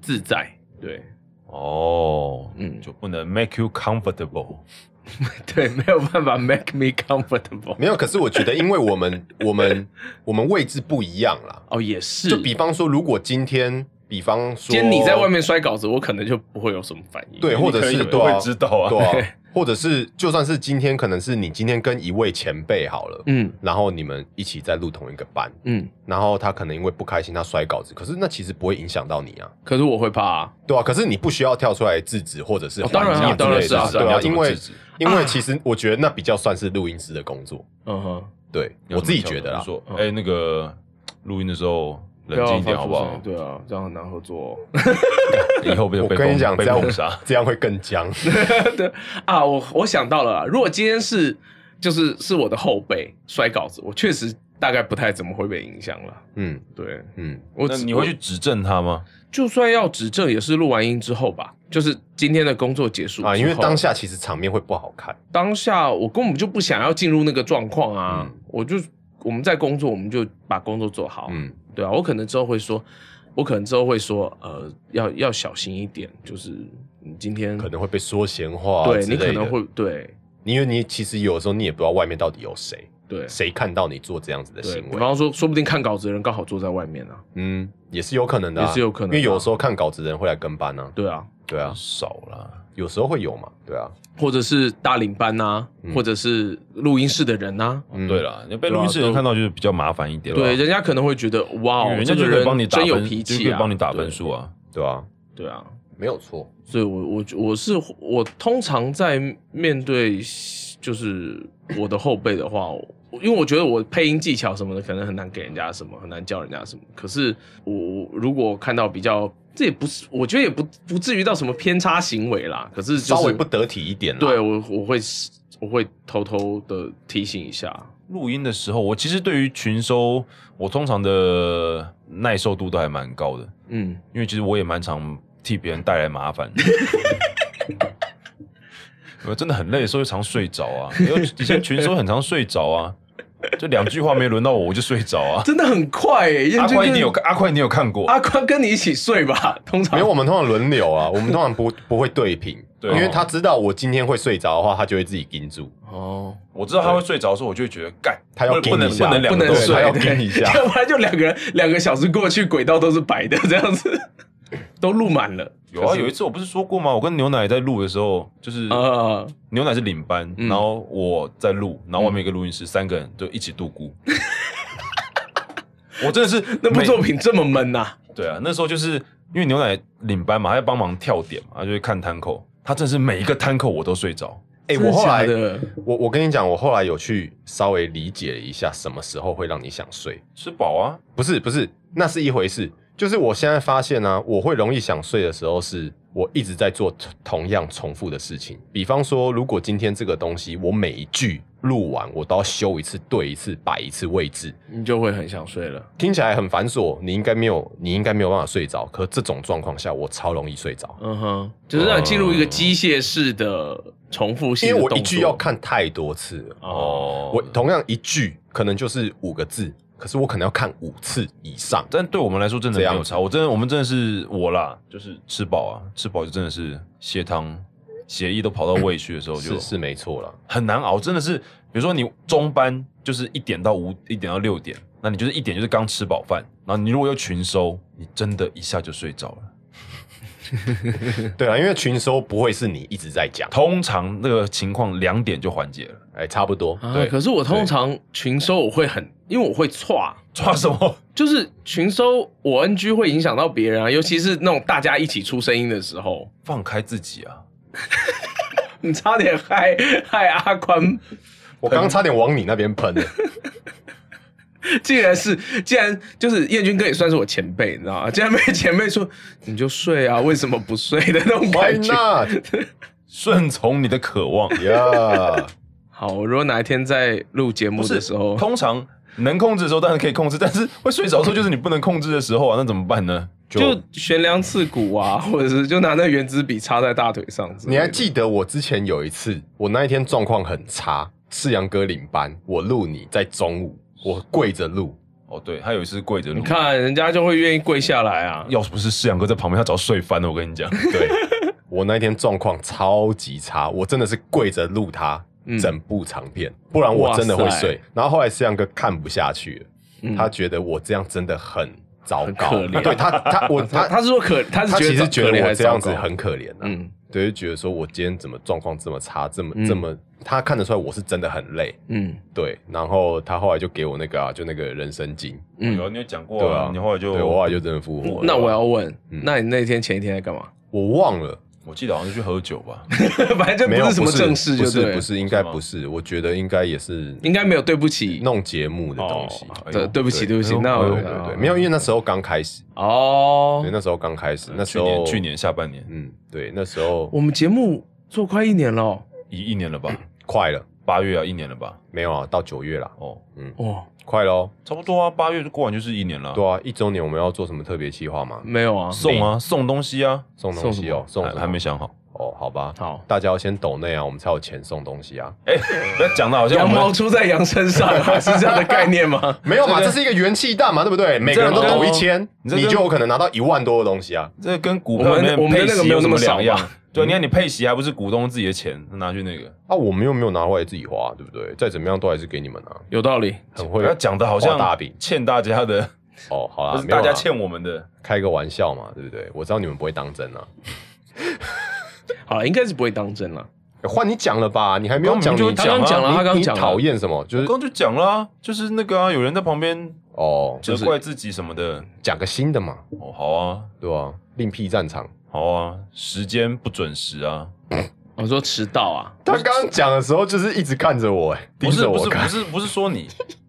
B: 自在。对
D: 哦，
B: 嗯
D: 嗯，就不能 make you comfortable。
B: 对，没有办法 make me comfortable。
A: 没有，可是我觉得，因为我 们我们我们位置不一样啦，
B: 哦，也是，
A: 就比方说，如果今天，比方说，
B: 今天你在外面摔稿子，我可能就不会有什么反应。
A: 对，或者
D: 你可
A: 是
D: 能也
A: 对啊
D: 不会知道啊
A: 对啊， 或者是就算是今天，可能是你今天跟一位前辈好了，
B: 嗯
A: 然后你们一起在录同一个班，
B: 嗯，
A: 然后他可能因为不开心，他摔稿子，可是那其实不会影响到你啊，
B: 可是我会怕、啊。
A: 对啊，可是你不需要跳出来制止或者是
B: 哦当然啊
A: 还击之类的
B: 当然是啊是啊
A: 对
D: 你
A: 啊
D: 要，怎
A: 因
D: 么
A: 为
D: 制止
A: 因 为其实我觉得那比较算是录音师的工作，
B: 嗯哼，
A: 对
D: 你要
A: 我自
D: 怎么
A: 己
D: 调
A: 觉得
D: 整
A: 啦
D: 就，
B: 嗯
D: 说，哎，那个录音的时候冷静一点好不好？
B: 对啊，这样很难合作、哦。
D: 以后被
A: 我
D: 被
A: 跟你
D: 封
A: 讲，这
D: 被
A: 样
D: 封杀。
A: 这样会更僵。
B: 对啊，我我想到了啊，如果今天是就是是我的后辈摔稿子，我确实大概不太怎么会被影响了。
A: 嗯
B: 对
A: 嗯，
B: 我
D: 那
B: 只，
D: 你会去指正他吗？
B: 我就算要指正，也是录完音之后吧，就是今天的工作结束
A: 啊，因为
B: 之后
A: 当下其实场面会不好看。
B: 当下我根本就不想要进入那个状况啊，
A: 嗯
B: 我就我们在工作，我们就把工作做好。
A: 嗯，
B: 对啊，我可能之后会说，我可能之后会说，呃，要要小心一点，就是你今天
A: 可能会被说闲话、啊，
B: 对你可能，会对
A: 因为你其实有时候你也不知道外面到底有谁，
B: 对
A: 谁看到你做这样子的
B: 对，
A: 行
B: 比
A: 为，
B: 方说，说不定看稿子的人刚好坐在外面啊。
A: 嗯，也是有可能的啊、
B: 也是有可能
A: 因
B: 啊
A: 为有时候看稿子的人会来跟班啊，
B: 对啊，
A: 对啊，
D: 少啦，
A: 有时候会有嘛，对啊，
B: 或者是大领班呐、
A: 嗯
B: 或者是录音室的人呐、
A: 嗯
D: 对啦，你被
B: 对啊
D: 录音室的人
B: 都
D: 看到就是比较麻烦一点啦。
B: 对，人家可能会觉得哇
D: 因为
B: 哦，
D: 人家
B: 这
D: 就
B: 个
D: 可以帮你
B: 人
D: 打
B: 真
D: 分，
B: 有脾
D: 就
B: 气
D: 可以
B: 啊，
D: 帮你打分数啊。
A: 对啊，
B: 对。对啊，
A: 没有错，
B: 所以我我我是我通常在面对就是我的后辈的话，我因为我觉得我配音技巧什么的可能很难给人家什么，很难教人家什么。可是我我如果看到比较，这也不是我觉得也不不至于到什么偏差行为啦，可是、就是、
A: 稍微不得体一点啦，
B: 对我我会我会偷偷的提醒一下，
D: 录音的时候，我其实对于群收，我通常的耐受度都还蛮高的，
B: 嗯，
D: 因为其实我也蛮常替别人带来麻烦的。我真的很累的时候，就常睡着啊。因为以前群收很常睡着啊，就两句话没轮到我，我就睡着啊。
B: 真的很快耶、燕
D: 阿
B: 君
D: 宽一
B: 跟
D: 定有看，阿宽你有看过？
B: 阿宽跟你一起睡吧，通常
A: 没有，我们通常轮流啊，我们通常 不不会对平，
D: 对
A: 因为他知道我今天会睡着的话，他就会自己盯住，
B: 哦，
D: 我知道他会睡着的时候，我就会觉得干，
A: 他要
D: 不不
A: 盯
D: 能
A: 一下
D: 不能
B: 不
D: 两个
B: 能
D: 都
A: 对
B: 睡，
A: 他
D: 睡
A: 要盯一下
B: 对要不然就两个人两个小时过去，轨道都是白的，这样子都录满了。
D: 有啊，有一
B: 次
D: 次我不是说过吗？我跟牛奶在录的时候，就是
B: 呃，
D: 牛奶是领班，
B: 嗯
D: 然后我在录，然后外面一个录音师，三个人就一起度孤。 我真的是
B: 那部
D: 每
B: 作品这么闷呐、
D: 对啊，那时候就是因为牛奶领班嘛，他要帮忙跳点嘛，他就会看摊扣。他真的是每一个摊扣我都睡着，
A: 哎、
B: 真的
A: 我后来
B: 假的
A: 我我跟你讲，我后来有去稍微理解了一下，什么时候会让你想睡？
D: 吃饱啊，
A: 不是不是，那是一回事。就是我现在发现呢、啊，我会容易想睡的时候是，我一直在做 t- 同样重复的事情。比方说，如果今天这个东西我每一句录完，我都要修一次、对一次、摆一次位置，
B: 你就会很想睡了。
A: 听起来很繁琐，你应该没有，你应该没有办法睡着。可这种状况下，我超容易睡着，
B: 嗯哼，就是让你进入一个机械式的重复性
A: 因
B: 的
A: 为
B: 动
A: 我一
B: 作。
A: 句要看太多次了。
B: 哦，
A: 我同样一句可能就是五个字，可是我可能要看五次以上。
D: 但对我们来说真的没
A: 这
D: 有
A: 样
D: 差。我真的，我们真的是我啦，就是吃饱啊，吃饱就真的是血糖、血液都跑到胃去的时候，就是
A: 是没错了，
D: 很难熬。真的是，比如说你中班就是一点到五，一点到六点，那你就是一点就是刚吃饱饭，然后你如果又群收，你真的一下就睡着了。
A: 对啊，因为群收不会是你一直在讲，
D: 通常那个情况两点就缓解了。
A: 哎，差不多。
B: 啊
D: 对
B: 可是我通常群收我会很，因为我会错，啊
D: 抓什么？
B: 就是群收我 NG 会影响到别人啊，尤其是那种大家一起出声音的时候，
D: 放开自己啊！
B: 你差点害害阿宽，
A: 我刚刚差点往你那边喷欸 了，
B: 竟然是竟然就是燕君哥也算是我前辈，你知道吗？竟然被前辈说你就睡啊，为什么不睡的那种
A: Why
B: 感觉。
A: not？
D: 顺从你的渴望。
A: 呀，
B: 好，我如果哪一天在录节目
D: 不
B: 的
D: 是
B: 时候，
D: 通常能控制的时候当然可以控制，但是会睡着的时候就是你不能控制的时候啊，那怎么办呢？
B: 就悬梁刺股啊，或者是就拿那圆珠笔插在大腿上之类
A: 你
B: 的。
A: 还记得我之前有一次，我那一天状况很差，世阳哥领班，我录你在中午，我跪着录，
D: 哦，对，他有一次跪着录，
B: 你看人家就会愿意跪下来啊。
D: 要是不是世阳哥在旁边，他早睡翻了。我跟你讲，
A: 对我那一天状况超级差，我真的是跪着录他
B: 嗯
A: 整部长片，不然我真的会
B: 哇塞
A: 睡。然后后来世阳哥看不下去了，
B: 嗯
A: 他觉得我这样真的很糟糕，
B: 很可怜
A: 对他他我他
B: 他他是说可，他是
A: 他
B: 觉得
A: 其实觉
B: 可怜
A: 得
B: 还
A: 我
B: 是
A: 这样子
B: 糟糕
A: 很可怜啊，
B: 嗯
A: 对，就觉得说我今天怎么状况这么差，这么、
B: 嗯
A: 这么，他看得出来我是真的很累，
B: 嗯
A: 对，然后他后来就给我那个啊，就那个人参精，
D: 有
B: 嗯。
D: 你有讲
A: 对
D: 过
A: 啊，
D: 你后来就
A: 对我后来就真的复活了。
B: 那我要问，
A: 嗯
B: 那你那天前一天在干嘛？
A: 我忘了，
D: 我记得好像是去喝酒吧，
B: 反正就
A: 没有
B: 是什么正事，就
A: 不
B: 对
A: 是
B: 了，
A: 不是，应该不是，我觉得应该也是
B: 应该没有对不起。
A: 弄节目的东西。
D: 哎呦
B: 对，对不起，对不起
D: 哎，呦
B: 那
A: 对
B: 我
A: 对对对，没有，因为那时候刚开始，
B: 哦
A: 对，。那时候刚开始，那时
D: 去
A: 候
D: 年去，年下半年，
A: 嗯，对，那时候
B: 我们节目做快一年了哦
D: 一一年了吧，
A: 快了，
D: 八月啊，一年了吧，
A: 没有啊，到九月啦，
D: 哦，
B: 哦，
A: 快喽，
D: 差不多啊，八月就过完就是一年了。
A: 对啊，一周年我们要做什么特别计划吗？
B: 没有啊，
D: 送啊，送东西啊，
A: 送东西哦，送
D: 还
A: 什么
D: 还没想好。
A: 哦，好吧，
B: 好
A: 大家要先抖内啊，我们才有钱送东西啊。
D: 哎，不要讲的好像我
B: 羊
D: 们
B: 毛出在羊身上 啊，是这样的概念吗？
A: 没有嘛，
D: 这个
A: 这是一个元气弹嘛，对不对？每个人都
D: 这个
A: 抖一千，
D: 你这个
A: 你就有可能拿到一万多的东西啊。
D: 这跟股
B: 我
D: 票
B: 们
D: 里面
B: 我们的那个
D: 配
B: 没
D: 息
B: 有那
D: 什
B: 么
D: 么
B: 少嗯
D: 两样
B: 吧。
D: 对，你看你配息还不是股东自己的钱拿去那个，
A: 啊，我们又没有拿回来自己花，啊对不对？再怎么样都还是给你们啊，
B: 有道理，
A: 很
D: 不
A: 会
D: 要讲的好像
A: 画大饼
D: 欠大家的，
A: 哦。
B: 啊
A: 好啦，
D: 不是
A: 没有
D: 大
A: 啦
D: 家欠我们的。
A: 开个玩笑嘛，对不对？我知道你们不会当真啊。
B: 好了，应该是不会当真了。
A: 哎换你讲了吧，你还没有
D: 我刚
A: 讲，
D: 明明
A: 你
D: 就
B: 他刚
D: 讲
B: 讲啊了，
A: 你
B: 他刚
A: 你
B: 讲了
A: 讨厌什么？就
D: 我
A: 是
D: 刚刚就讲啦、就是那个啊，有人在旁边
A: 哦，
D: 责怪自己什么的。
A: 讲个新的嘛，
D: 哦，好啊，
A: 对吧、另辟战场。
D: 好啊，时间不准时啊，
B: 我说迟到啊，
A: 他刚刚讲的时候就是一直看着我，哎，盯
D: 不是
A: 着
D: 不
A: 我
D: 是不
A: 看。
D: 是不是说你，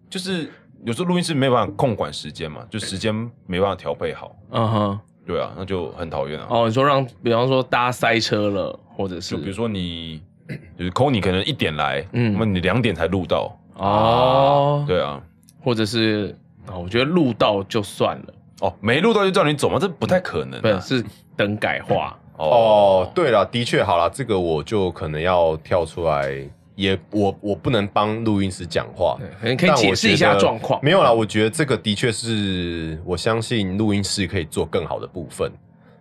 D: 就是有时候录音室没办法控管时间嘛，就时间没办法调配好。
B: 嗯哼，
D: 对啊，那就很讨厌啊。
B: 哦，你说让，比方说大家塞车了，或者是
D: 就比如说你，就是 call 你可能一点来，
B: 嗯
D: 嗯，那么你两点才录到，
B: 哦，
D: 对啊，
B: 或者是啊，我觉得录到就算了，
D: 哦，没录到就叫你走吗？这不太可能、
B: 不是
D: 啊。
B: 是等改化，
A: 哦，对了，的确好了，这个我就可能要跳出来，也我我不能帮录音师讲话，
B: 你可以解释一
A: 但
B: 下
A: 我觉得
B: 状况。
A: 没有啦，我觉得这个的确是我相信录音室可以做更好的部分，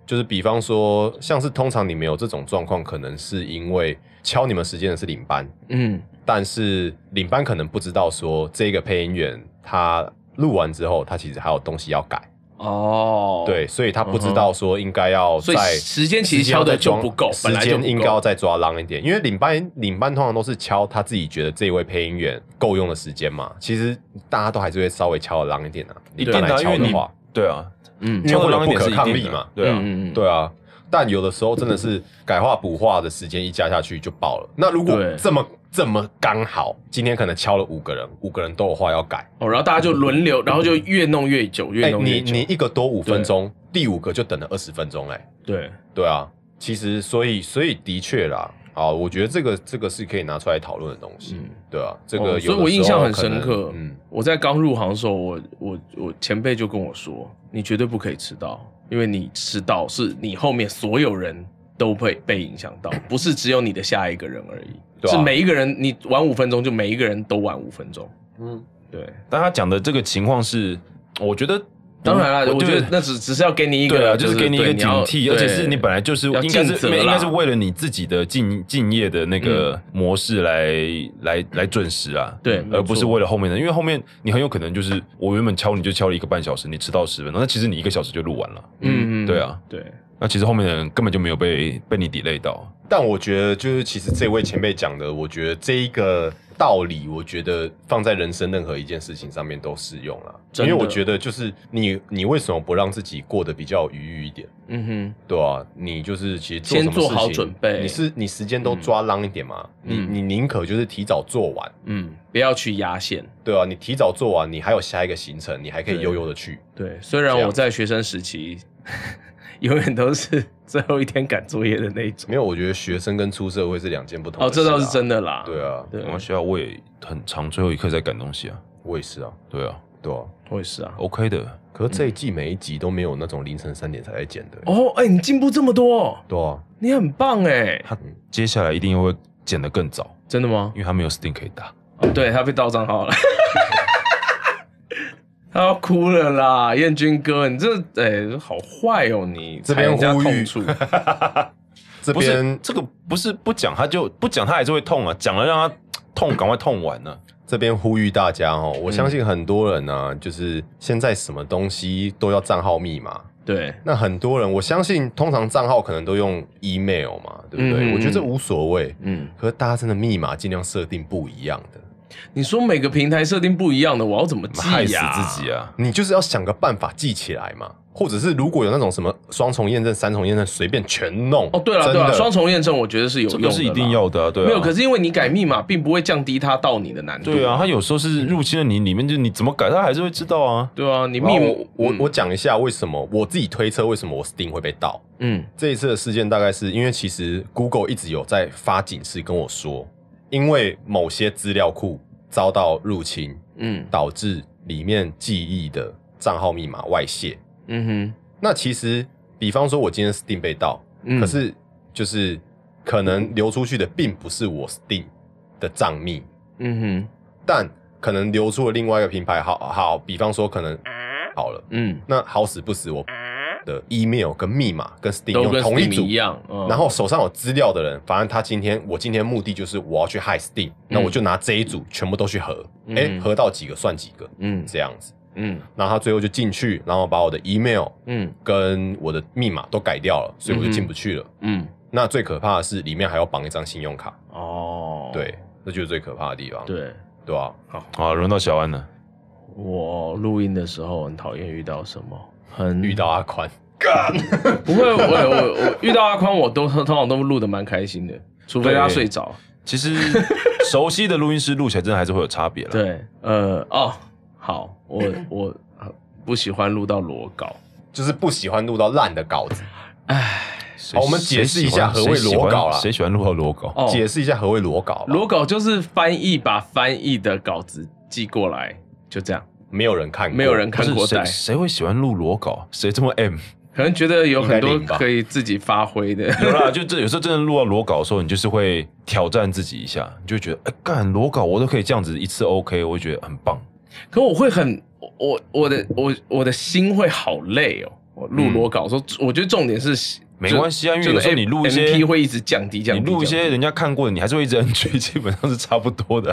A: 就是比方说，像是通常你们有这种状况，可能是因为敲你们时间的是领班，
B: 嗯
A: 但是领班可能不知道说这个配音员他录完之后，他其实还有东西要改，
B: 哦，，
A: 对，所以他不知道说应该要
B: 所以
A: 在。
B: 时间其实敲的就不够，
A: 时
B: 本来就
A: 间
B: 不
A: 应该要
B: 够。
A: 再抓浪一点，因为领班领班通常都是敲他自己觉得这位配音员够用的时间嘛，其实大家都还是会稍微敲的浪一点啊，
D: 一定
A: 般来
D: 的啊，因
A: 敲
D: 为
A: 的
D: 你
A: 话，
D: 对啊，
B: 嗯
A: 因为会有
D: 敲得
A: 不
D: 浪一点
A: 可
D: 是一
A: 抗
D: 定
A: 力
D: 的
A: 嘛，
D: 对啊，
B: 嗯嗯嗯
A: 对啊。但有的时候真的是改话补话的时间一加下去就爆了。那如果
B: 对
A: 这么这么刚好，今天可能敲了五个人，五个人都有话要改，
B: 哦，然后大家就轮流，然后就越弄越久，越
A: 哎，
B: 弄
A: 你
B: 越久。
A: 你一个多五分钟，第五个就等了二十分钟，哎，
B: 对，
A: 对啊，其实所以所以的确啦，啊，我觉得这个这个是可以拿出来讨论的东西，
B: 嗯
A: 对啊，这
B: 哦
A: 个有的时
B: 所
A: 候
B: 以我印象很
A: 可能
B: 深刻。
A: 嗯，
B: 我在刚入行的时候，我我我前辈就跟我说，你绝对不可以迟到，因为你迟到是你后面所有人都会被影响到，不是只有你的下一个人而已，
A: 对啊
B: 是每一个人你晚五分钟就每一个人都晚五分钟。
C: 嗯，
B: 对，
D: 但他讲的这个情况是，我觉得
B: 当然了，
D: 嗯
B: 我觉得那只只是要给你一个，
D: 对啊，就是给你一个
B: 对
D: 警
B: 要
D: 惕，而且是
B: 对
D: 你本来就是
B: 要
D: 应该
B: 尽责
D: 是
B: 啦嗯
D: 应该是为了你自己的敬敬业的那个模式来、来来准时啊，
B: 对没
D: 而
B: 错
D: 不是为了后面的，因为后面你很有可能就是我原本敲你就敲了一个半小时，你迟到十分钟，那其实你一个小时就录完了，
B: 嗯嗯
D: 对啊，
B: 对，
D: 那其实后面的人根本就没有被被你 delay 到，
A: 但我觉得就是其实这位前辈讲的，我觉得这一个道理，我觉得放在人生任何一件事情上面都适用啦。因
B: 真的
A: 为我觉得就是你你为什么不让自己过得比较愉悦一点？
B: 嗯哼，
A: 对啊，你就是其实做
B: 先
A: 什么
B: 做
A: 事
B: 好
A: 情
B: 准备
A: 你是你时间都
B: 嗯
A: 抓浪一点嘛，
B: 嗯
A: 你你宁可就是提早做完，
B: 嗯，不要去压线。
A: 对啊，你提早做完，你还有下一个行程，你还可以
B: 对
A: 悠悠的去。
B: 对，虽然
A: 这样
B: 我在学生时期 永远都是最后一天赶作业的那一种。
A: 没有，我觉得学生跟出社会是两件不同
B: 哦，
A: 的事
B: 这
A: 啊、
B: 倒是真的啦。
A: 对啊，
B: 对，
D: 我学校我也很长最后一刻在赶东西啊，
A: 我也是啊，
D: 对啊
A: 对啊。
B: 我也是啊。
D: ，OK 的，
A: 可是这一季每一集都没有那种凌晨三点才在剪的、
B: 哦，哎、你进步这么多，哦
A: 对啊，
B: 你很棒哎、
D: 他接下来一定会剪得更早，
B: 真的吗
D: 因？为他没有 Steam 可以打，
B: 哦对他被盗账号了， 他要哭了啦，彦君哥，你这哎、好坏哦你，
A: 这边
B: 踩人家
A: 呼
B: 痛
A: 吁
B: 处，
A: 这
D: 不是
A: 边
D: 这个不是不讲他就不讲他还是会痛啊，讲了让他痛赶快痛完啊呢、
A: 这边呼吁大家哦，我
B: 嗯
A: 相信很多人呢、啊就是现在什么东西都要账号密码，
B: 对，
A: 那很多人我相信通常账号可能都用 email 嘛，对不对？
B: 嗯嗯嗯
A: 我觉得这无所谓，
B: 嗯，
A: 可是大家真的密码尽量设定不一样的，
B: 你说每个平台设定不一样的，我要怎么记呀、
D: 害死自己啊！
A: 你就是要想个办法记起来嘛，或者是如果有那种什么双重验证、三重验证，随便全弄。
B: 哦，对了
A: 真
B: 对
A: 的
B: 了，双重验证我觉得是有
D: 这
B: 用
D: 个
B: 的，
D: 是一定。要的啊，对啊。
B: 没有，可是因为你改密码，并不会降低它盗你的难度。
D: 对啊，，他有时候是入侵了你里面，就你怎么改，他还是会知道啊。
B: 对啊，你
A: 然
B: 密
A: 后
B: 码
A: 我我我讲一下为什么我自己推测为什么我 Steam 会被盗。
B: 嗯
A: 这一次的事件大概是因为其实 Google 一直有在发警示跟我说，因为某些资料库遭到入侵，
B: 嗯
A: 导致里面记忆的账号密码外泄。
B: 嗯
A: 那其实，比方说我今天 Steam 被盗，
B: 哼，嗯
A: 可是就是可能流出去的并不是我 Steam 的账密，
B: 嗯哼
A: 但可能流出了另外一个品牌。好好，比方说可能好了，
B: 嗯
A: 那好死不死我的 email 跟密码跟 Steam
B: 都
A: 用
B: 跟
A: 同一
B: Steam
A: 组
B: 一。样，嗯
A: 然后手上有资料的人，反正他今天我今天目的就是我要去害 Steam，、那我就拿这一组全部都去合，
B: 嗯
A: 哎、合到几个算几个，
B: 嗯
A: 这样子。
B: 嗯
A: 然后他最后就进去，然后把我的 email
B: 嗯
A: 跟我的密码都改掉了，所以我就进不去了。
B: 嗯
A: 那最可怕的是里面还要绑一张信用卡，
B: 哦，
A: 对，这就是最可怕的地方，
B: 对，
A: 对啊吧、
D: 好，轮到小安了，
B: 我录音的时候很讨厌遇到什么，很
A: 遇到阿宽，
B: 不会，我我我遇到阿宽，我都通常都录的蛮开心的，除非他
D: 对
B: 睡着。
D: 其实熟悉的录音师录起来真的还是会有差别了。，
B: 对，呃，哦，好，我 我呃不喜欢录到裸稿，
A: 就是不喜欢录到烂的稿子。好我们解释一下
D: 谁
A: 何谓
D: 喜欢
A: 裸稿啦
D: 谁喜欢录到裸稿？
B: 哦，
A: 解释一下何谓裸稿吧，
D: 哦
B: 裸稿就是翻译把翻译的稿子寄过来，就这样，
A: 没有人看过，
B: 没有人
D: 不
B: 看
D: 是
B: 过带
D: 谁，谁会喜欢录裸稿？谁这么 M？
B: 可能觉得有很多
A: 应该领吧
B: 可以自己发挥的。
D: 有啦，就这有时候真的录到裸稿的时候，你就是会挑战自己一下，你就会觉得哎干裸稿我都可以这样子一次 OK，我会觉得很棒。
B: 可我会很，我我我的我我的心会好累哦。我录裸稿说，我觉得重点是
D: 嗯
B: 哎
D: 没关系啊因为有时候你录一些
B: P 会一直降低，降
D: 你
B: 低
D: 录一
B: 降低
D: 些人家看过的，你还是会一直 NG，基 本上是差不多的。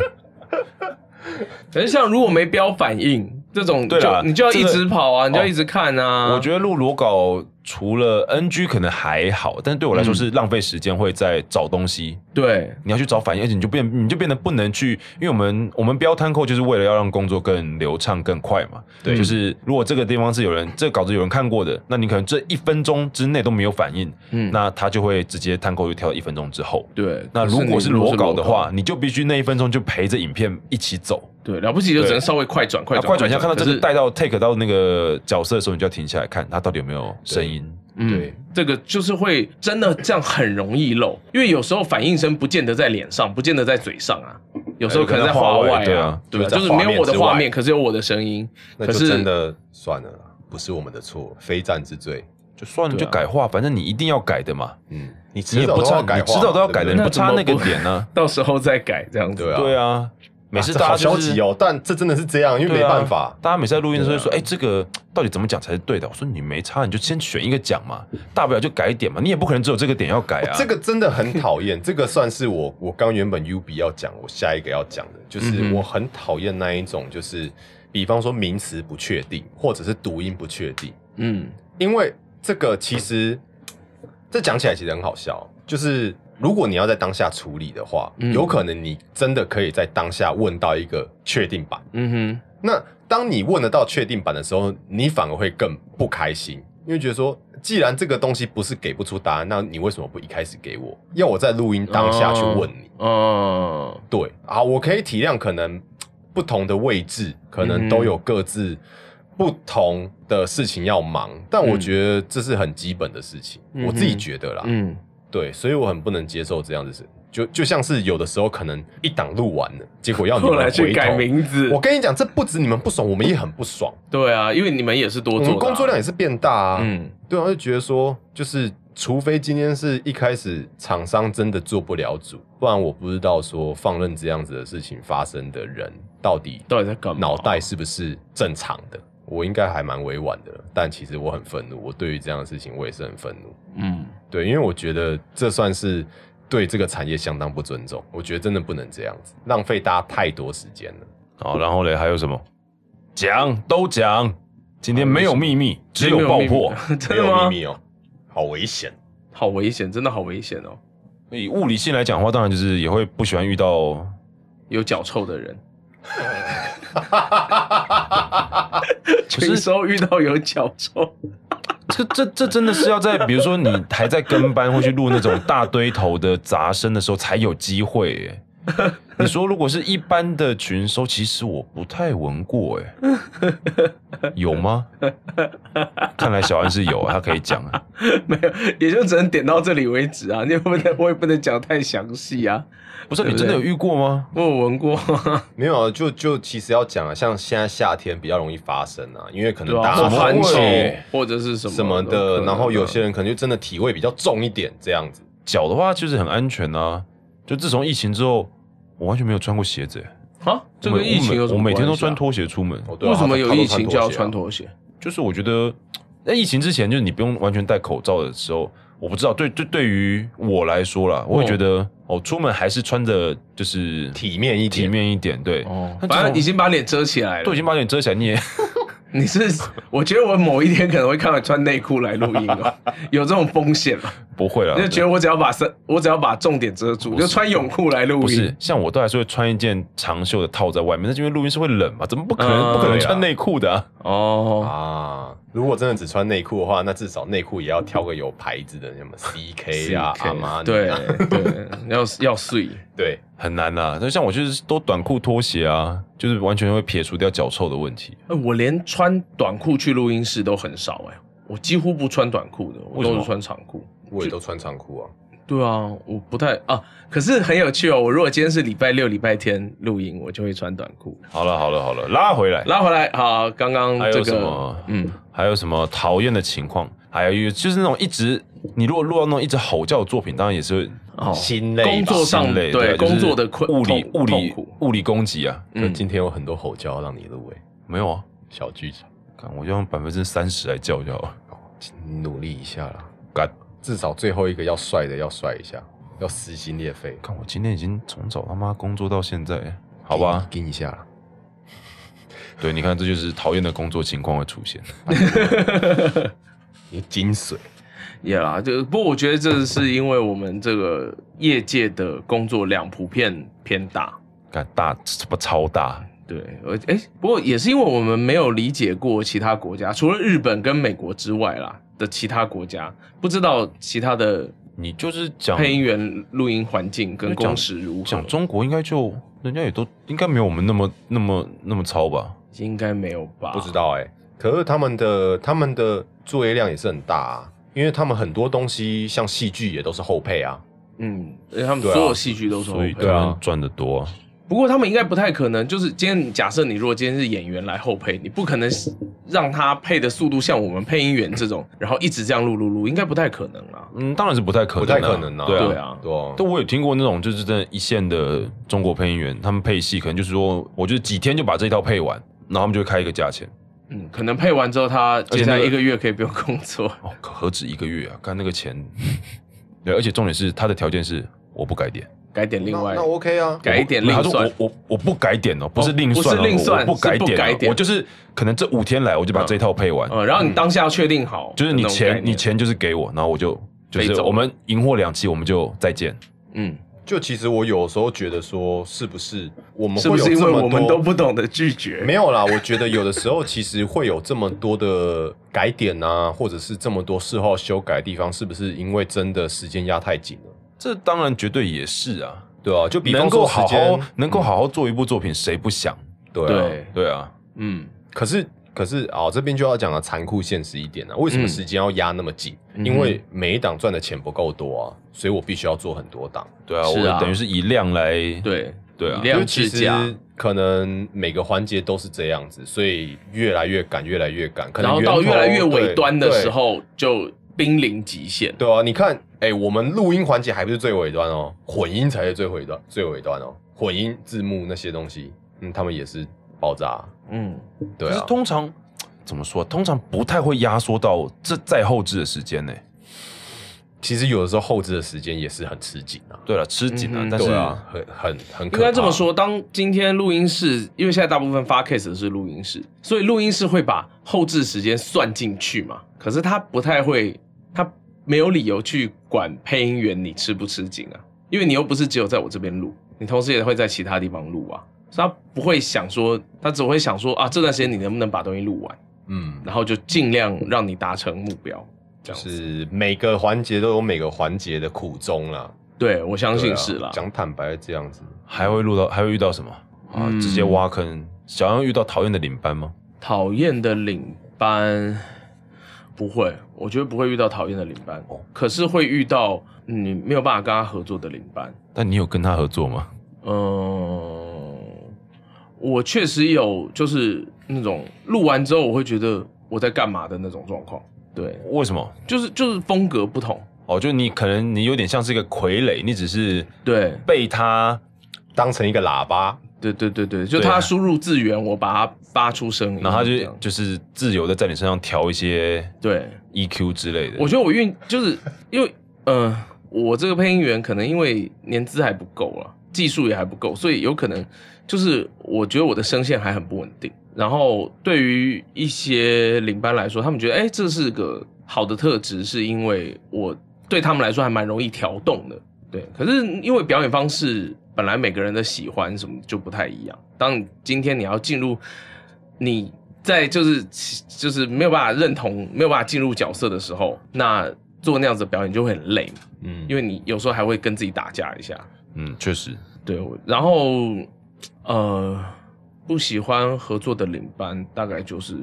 B: 可是像如果没标反应这种，
D: 对啦
B: 就你就要一
D: 这
B: 直
D: 个哦
B: 跑啊，你就要一直看 啊。
D: 我觉得录裸稿除了 NG 可能还好，但对我
B: 嗯
D: 来说是浪费时间，会在找东西。
B: 对，
D: 你要去找反应，而且你就变，你就变得不能去，因为我们我们标摊扣就是为了要让工作更流畅、更快嘛。
B: 对
D: 就是如果这个地方是有人这个稿子有人看过的，那你可能这一分钟之内都没有反应，
B: 嗯，
D: 那他就会直接摊扣就跳到一分钟之后。
B: 对。
D: 那如果是
B: 你
D: 裸稿的话，，你就必须那一分钟就陪着影片一起走。
B: 对，了不起就只能
D: 对
B: 稍微快转快
D: 那
A: 啊
B: 转
D: 快转一下，看到
B: 可
D: 这个
B: 是
D: 带到 take 到那个角色的时候，你就要停下来看他到底有没有声音。
B: 嗯
A: 对，
B: 这个就是会真的这样很容易漏，因为有时候反应声不见得在脸上，不见得在嘴上啊，有时候可能在话
D: 有可能在话
B: 外
D: 外对
B: 啊
D: 啊，
B: 对吧？
A: 哎对
B: 就
A: 在
B: 是
A: 画
B: 没
A: 面
B: 有我的
A: 之
B: 画
A: 外
B: 面，可是有我的声音，
A: 那
B: 可
A: 就是真的算了啦，不是我们的错，非战之罪。
D: 就算了，
B: 对啊
D: 就改话，反正你一定要改的嘛，
A: 嗯，你
D: 你
A: 迟
D: 也
A: 早
D: 不
A: 都
D: 差，
A: 改
D: 你
A: 话嘛，
D: 迟早都要改的，
A: 对
D: 你
A: 不
B: 那
D: 不
B: 怎么
D: 差那个
B: 不
D: 点啊呢。
B: 到时候再改这样子。
A: 对啊
D: 对啊，每次
A: 对
D: 大
A: 好
D: 家就
A: 消
D: 是
A: 极哦，但这真的是这样，因为没
D: 对啊
A: 办法。啊
D: 大家每次在录音的时候就说：“哎、这个到底怎么讲才是对的？”我说：“你没差，你就先选一个讲嘛，大不了就改一点嘛，你也不可能只有这个点要改啊。
A: 这个真的很讨厌，这个算是我我刚原本 U B 要讲，我下一个要讲的，就是
B: 嗯哼
A: 我很讨厌那一种，就是比方说名词不确定，或者是读音不确定，
B: 嗯，
A: 因为这个其实这讲起来其实很好笑，就是如果你要在当下处理的话，
B: 嗯
A: 有可能你真的可以在当下问到一个确定版。
B: 嗯
A: 那当你问得到确定版的时候，你反而会更不开心，因为觉得说，既然这个东西不是给不出答案，那你为什么不一开始给我？要我在录音当下去问你？
B: 哼，哦，
A: 对啊，我可以体谅，可能不同的位置，可能都有各自不同的事情要忙，但我觉得这是很基本的事情，
B: 嗯哼
A: 我自己觉得啦。
B: 嗯，
A: 对，所以我很不能接受这样子，就就像是有的时候可能一档录完了，结果要你
B: 后
A: 们
B: 来去
A: 啊回头
B: 改。名字
A: 我，跟你讲，这不止你们不爽，我们也很不爽。
B: 对啊，因为你们也是多
A: 我
B: 做的啊
A: 们工作量，也是变大啊。
B: 嗯
A: 对啊，就觉得说，就是除非今天是一开始厂商真的做不了主，不然我不知道说放任这样子的事情发生的人到底
B: 到底在干嘛
A: 脑袋是不是正常的。我应该还蛮委婉的，但其实我很愤怒。我对于这样的事情，我也是很愤怒。
B: 嗯，
A: 对，因为我觉得这算是对这个产业相当不尊重。我觉得真的不能这样子，浪费大家太多时间了。
D: 好，哦然后嘞，还有什么？讲都讲，今天没有秘密，只有爆破。，
A: 没
B: 真的
A: 有
B: 吗
A: 秘？密哦，好危险。
B: 好危险，真的好危险哦，
D: 以物理性来讲的话，当然就是也会不喜欢遇到
B: 有脚臭的人。
D: 不是
B: 群收遇到有脚臭，
D: 这这这真的是要在，比如说你还在跟班或去录那种大堆头的杂声的时候才有机会耶。你说如果是一般的群收，其实我不太闻过，哎，有吗？看来小安是有，他可以讲啊。
B: 没有，也就只能点到这里为止啊。 你也不能，我也不能讲太详细啊。
D: 不是
B: 对
D: 你
B: 不对
D: 真的有遇过吗？
B: 我有闻过，
A: 没有啊，就就其实要讲啊，像现在夏天比较容易发生啊，因为可
B: 对
A: 能
B: 啊，
A: 大
D: 怎
A: 家
D: 么会
A: 汗
B: 汗
A: 臭
B: 臭
D: 对
B: 或者是什么啊
A: 什么
B: 都可
A: 的，
B: 能
A: 然后有些人可能就真的体味比较重一点这样子。
D: 脚的话就是很安全啊。就自从疫情之后，我完全没有穿过鞋子耶。
B: 啊，这
D: 我
B: 个
D: 每
B: 疫情有什么
D: 我每？我每天都
B: 关系啊
D: 穿，拖鞋出门，
A: 哦对啊
B: 为什么
A: 他
B: 有
A: 他都
B: 疫情就要穿
A: 拖
B: 拖鞋？
D: 就是我觉得在疫情之前，就是你不用完全戴口罩的时候，我不知道对对对于我来说啦，我会觉得哦，出门还是穿着就是
A: 鞋啊体面一
D: 体
A: 点，
D: 面一点，对，
B: 哦，
D: 那这种
B: 反正已经把脸遮起来了。
D: 都已经把脸遮起来，你也
B: 你是，我觉得我某一天可能会看到你穿内裤来录音 哦，有这种风险了。
D: 不会了，
B: 你就觉得我只要把身，我只要把重点遮住，就穿泳裤来录音。
D: 不是，像我都还是会穿一件长袖的套在外面，那是因为录音是会冷嘛，怎么不可能、
B: 嗯
D: 不可能穿内裤的、啊？
B: 哦，
A: 啊。如果真的只穿内裤的话，那至少内裤也要挑个有牌子的，什么 CK 啊、阿玛尼
B: 对
A: 啊
B: 对， 要要碎。
A: 对，
D: 很难啦、那像我就是都短裤拖鞋啊，就是完全会撇除掉脚臭的问题。
B: 呃我连穿短裤去录音室都很少哎、我几乎不穿短裤的，我
D: 为什
B: 都
D: 么
B: 是穿长裤。
A: 我也都穿长裤啊。
B: 对啊，我不太啊，可是很有趣哦。我如果今天是礼拜六、礼拜天录音，我就会穿短裤。
D: 好了好了好了，拉回来，
B: 拉回来，好，刚刚
D: 还
B: 这
D: 有什
B: 个
D: 么，
B: 嗯，
D: 还有什么讨厌的情况？还有就是那种一直，你如果录到那种一直吼叫的作品，当然也是
B: 哦，
A: 心累吧，
B: 工作上
D: 心累，
B: 对
D: 啊就是
B: 工作的困
D: 物理
B: 痛
D: 物
B: 痛
D: 理
B: 苦
D: 物理攻击啊，
A: 可
B: 嗯
A: 今天有很多吼叫要让你入围，
D: 没有啊，
A: 小剧场，
D: 看我就用百分之三十来叫就好了。
A: 努力一下啦。
D: 干，
A: 至少最后一个要帅的要帅一下，要撕心裂肺，
D: 看我今天已经从早他妈工作到现在，好
B: 嗯
D: 吧？
A: 盯一下啦。
D: 对，你看这就是讨厌的工作情况会出 现。
A: 你精髓。
B: 也啦，就不过我觉得这是因为我们这个业界的工作量普遍偏大，
D: 干大什么超大，
B: 对，而哎、不过也是因为我们没有理解过其他国家，除了日本跟美国之外啦的其他国家，不知道其他的
D: 你就是讲
B: 配音员录音环境跟
D: 因为讲
B: 工时如何
D: 讲，中国，应该就人家也都应该没有我们那么那么那么糙吧？
B: 应该没有吧？
A: 不知道哎、可是他们的他们的作业量也是很大、啊，因为他们很多东西像戏剧也都是后配啊。
B: 嗯，而且他们
A: 对啊
B: 所有戏剧都是
D: 所以
B: OK
D: 当然赚的多啊。
B: 不过他们应该不太可能，就是今天假设你如果今天是演员来后配，你不可能让他配的速度像我们配音员这种，然后一直这样录录录，应该不太可能啊。
D: 嗯，当然是不太可
A: 不
D: 能、
A: 太可能啊
D: 对
B: 对
D: 啊。
B: 啊，
A: 对啊
D: 但我有听过那种就是真的一线的中国配音员，他们配戏可能就是说，我就是几天就把这一套配完，然后他们就会开一个价钱，
B: 嗯，可能配完之后他
D: 而
B: 接
D: 且
B: 下
D: 那
B: 来
D: 个
B: 一个月可以不用工作。
D: 哦，可何止一个月啊，干那个钱。对，而且重点是他的条件是我不改点，
B: 改点另外
A: 那那 OK 啊，
B: 改一点
D: 没有
B: 另
D: 他说
B: 算，
D: 我我我不改点哦，不是另算、哦，
B: 不是另算
D: 我我不改
B: 是不
D: 点,、哦
B: 改点
D: 我就是可能这五天来我就把这一套配完，
B: 呃，然后
A: 嗯
B: 你当下确定好，
D: 就是你
B: 那种概
D: 钱
B: 念
D: 你，钱就是给我，然后我就就
B: 飞
D: 是
B: 走
D: 我们赢货两期我们就再见。
B: 嗯，
A: 就其实我有时候觉得说，是不是我们
B: 是
A: 会
B: 不
A: 有
B: 是
A: 这
B: 因为
A: 么
B: 我们
A: 多
B: 都不懂得拒绝？
A: 没有啦，我觉得有的时候其实会有这么多的改点啊，或者是这么多事后修改的地方，是不是因为真的时间压太紧了？
D: 这当然绝对也是啊，
A: 对啊，就比方
D: 能
A: 说
D: 够
A: 时
D: 好
A: 间嗯
D: 好能够好好做一部作品，谁不想？
A: 对啊
B: 对，
D: 对啊，
B: 嗯，
A: 可是可是啊、这边就要讲的残酷现实一点啊，为什么
B: 嗯
A: 时间要压那么紧？
B: 嗯
A: 因为每一档赚的钱不够多啊，所以我必须要做很多档。
D: 对啊，
B: 是
D: 我
B: 啊
D: 等于是以量来
B: 对，
D: 对啊
B: 以，量
A: 就其
B: 制价
A: 实可能每个环节都是这样子，所以越来越赶，越来越赶，可能
B: 然后
A: 源头
B: 到越来越尾
A: 对
B: 端的
A: 对
B: 时候就濒临极限。
A: 对啊，你看，哎、我们录音环节还不是最尾端哦，混音才是最尾端，最尾端哦，混音、字幕那些东西，嗯，他们也是爆炸啊，
B: 嗯，
A: 对
D: 可是
A: 啊，
D: 通常怎么说啊、通常不太会压缩到这再后置的时间呢、
A: 其实有的时候后置的时间也是很吃紧啊，
D: 对了，吃紧啊，
B: 嗯哼
D: 但是
A: 对啊，很很很可
B: 应
A: 怕
B: 该这么，说，当今天录音室，因为现在大部分发 case 的是录音室，所以录音室会把后置时间算进去嘛。可是他不太会，他没有理由去管配音员你吃不吃紧啊，因为你又不是只有在我这边录，你同时也会在其他地方录啊。所以他不会想说，他只会想说啊，这段时间你能不能把东西录完，
A: 嗯，
B: 然后就尽量让你达成目标，这
A: 就
B: 样子。
A: 是每个环节都有每个环节的苦衷啦，
B: 对，我相
A: 对
B: 信
A: 啊
B: 是啦。
A: 讲坦白这样子，
D: 还会录到还会遇到什么啊？
B: 嗯
D: 直接挖坑。小杨遇到讨厌的领班吗？
B: 讨厌的领班不会，我觉得不会遇到讨厌的领班，
D: 哦
B: 可是会遇到你没有办法跟他合作的领班。
D: 但你有跟他合作吗？
B: 嗯、呃我确实有就是那种录完之后我会觉得我在干嘛的那种状况。对，
D: 为什么？
B: 就是就是风格不同。
D: 哦，就你可能你有点像是一个傀儡，你只是
B: 对
D: 被他
A: 当成一个喇叭，
B: 对对对对，就
D: 对啊
B: 他输入字源，我把它发出声音，
D: 然后他
B: 这
D: 就
B: 样
D: 就是自由的在你身上调一些
B: 对
A: E
D: EQ 之类的。
B: 我觉得我运就是因为呃，我这个配音员可能因为年资还不够了，技术也还不够，所以有可能就是我觉得我的声线还很不稳定。然后对于一些领班来说，他们觉得哎、诶这是个好的特质，是因为我对他们来说还蛮容易调动的。对，可是因为表演方式本来每个人的喜欢什么就不太一样。当你今天你要进入你在就是就是没有办法认同、没有办法进入角色的时候，那做那样子的表演就会很累嘛，
A: 嗯，
B: 因为你有时候还会跟自己打架一下。
D: 嗯，确实，
B: 对，我然后呃，不喜欢合作的领班大概就是，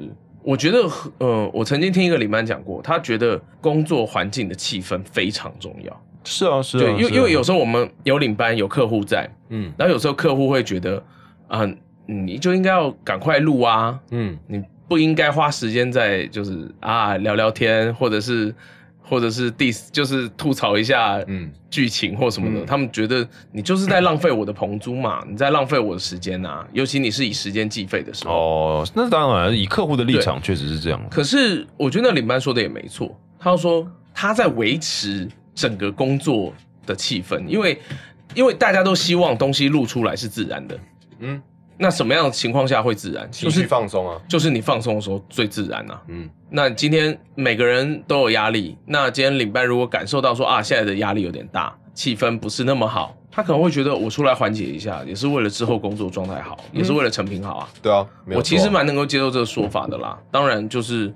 B: 我觉得和呃，我曾经听一个领班讲过，他觉得工作环境的气氛非常重要。
D: 是啊，是啊，
B: 对，因为
D: 是啊
B: 因为有时候我们有领班有客户在，
A: 嗯
B: 然后有时候客户会觉得啊、你就应该要赶快录啊，
A: 嗯，
B: 你不应该花时间在就是啊聊聊天，或者是或者是 diss，就是吐槽一下
A: 嗯
B: 剧情或什么的。
A: 嗯
B: 他们觉得你就是在浪费我的棚租嘛，你在浪费我的时间啊，尤其你是以时间计费的时候。
D: 哦，那当然，以客户的立
B: 对
D: 场确实是这样。
B: 可是我觉得那领班说的也没错，他说他在维持整个工作的气氛，因为因为大家都希望东西录出来是自然的。
A: 嗯，
B: 那什么样的情况下会自然？
A: 情
B: 就
A: 绪
B: 是
A: 放松啊，
B: 就是你放松的时候最自然啊。
A: 嗯，
B: 那今天每个人都有压力，那今天领班如果感受到说啊，现在的压力有点大，气氛不是那么好，他可能会觉得我出来缓解一下，也是为了之后工作状态好，也是为了成品好啊。
A: 对啊，没有
B: 我其实
A: 错啊
B: 蛮能够接受这个说法的啦。当然，就是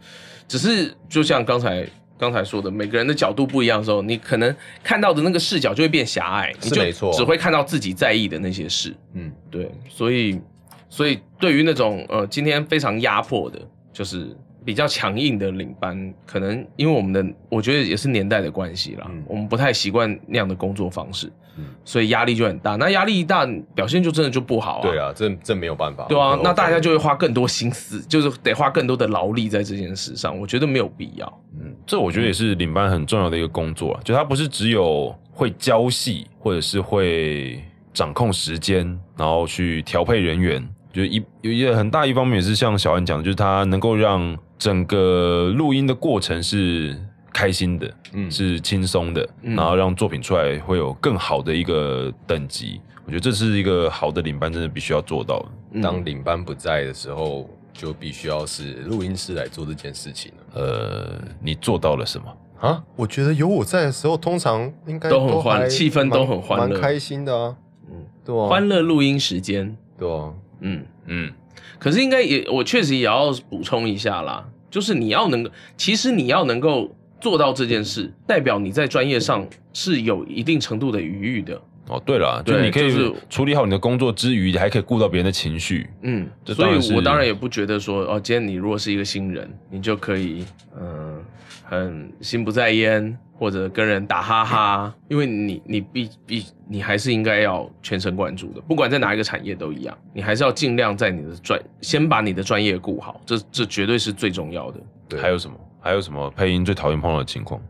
B: 只是就像刚才刚才说的，每个人的角度不一样的时候，你可能看到的那个视角就会变狭隘，
A: 是
B: 你就
A: 没错
B: 只会看到自己在意的那些事。
A: 嗯，
B: 对，所以所以对于那种呃今天非常压迫的，就是比较强硬的领班，可能因为我们的我觉得也是年代的关系啦，
A: 嗯
B: 我们不太习惯那样的工作方式，
A: 嗯
B: 所以压力就很大。那压力一大，表现就真的就不好啊。
A: 对啊，这这没有办法。
B: 对
A: 我
B: 啊
A: 可，
B: 那
A: 能
B: 大家就会花更多心思，就是得花更多的劳力在这件事上，我觉得没有必要。
D: 这我觉得也是领班很重要的一个工作啊，就他不是只有会教戏，或者是会掌控时间，然后去调配人员。就一有一个很大一方面也是像小安讲的，就是他能够让整个录音的过程是开心的，
A: 嗯
D: 是轻松的，
B: 嗯
D: 然后让作品出来会有更好的一个等级。我觉得这是一个好的领班真的必须要做到的。
B: 嗯
A: 当领班不在的时候，就必须要是录音师来做这件事情了
D: 呃，你做到了什么？
A: 啊。我觉得有我在的时候，通常应该
B: 都很欢
A: 还
B: 气氛都很
A: 蛮
B: 欢乐
A: 蛮开心的啊。嗯
B: 嗯，
A: 对啊，
B: 欢乐录音时间，
A: 对啊，
B: 嗯，
D: 嗯，
B: 可是应该也，我确实也要补充一下啦，就是你要能够，其实你要能够做到这件事，代表你在专业上是有一定程度的余裕的。
D: 哦，对了，就
B: 对
D: 你可以
B: 就是
D: 处理好你的工作之余，还可以顾到别人的情绪。
B: 嗯，
D: 这
B: 所
D: 当然是
B: 以我当然也不觉得说，哦，今天你如果是一个新人，你就可以，嗯、很心不在焉，或者跟人打哈哈，因为你你必必你还是应该要全神贯注的，不管在哪一个产业都一样，你还是要尽量在你的专先把你的专业顾好，这这绝对是最重要的。
A: 对
D: 还有什么？还有什么配音最讨厌碰到的情况？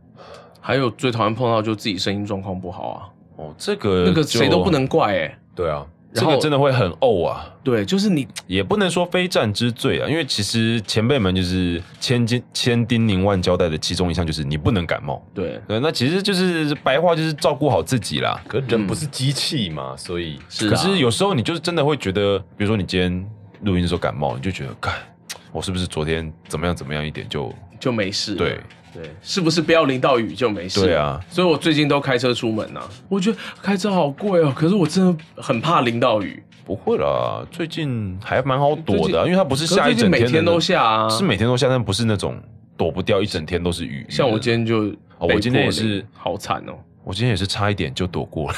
B: 还有最讨厌碰到就自己声音状况不好啊，
D: 哦，这个
B: 那个
D: 就
B: 谁都不，能怪哎、
A: 对啊，
D: 这
B: 然
D: 个
B: 后
D: 真的会很怄啊，
B: 对，就是你
D: 也不能说非战之罪啊，因为其实前辈们就是千金千叮咛万交代的其中一项就是你不能感冒。
B: 对
D: 对，那其实就是白话就是照顾好自己啦。
A: 可
B: 嗯
A: 人不是机器嘛，所以
B: 是、啊，
D: 可是有时候你就是真的会觉得，比如说你今天录音的时候感冒，你就觉得，看我是不是昨天怎么样怎么样一点就
B: 就没事了，
D: 对
B: 对，是不是不要淋到雨就没事？
D: 对啊，
B: 所以我最近都开车出门啊，我觉得开车好贵哦，可是我真的很怕淋到雨，
D: 不会啦，最近还蛮好躲的啊、
B: 最近
D: 因为它不是
B: 可
D: 下
B: 最
D: 一
B: 近
D: 整
B: 每
D: 天的
B: 天都下啊，
D: 是每天都下，但不是那种躲不掉一整天都是雨。
B: 像我今天就
D: 哦
B: 被迫淋，
D: 我今天也是
B: 好惨哦，
D: 我今天也是差一点就躲过了。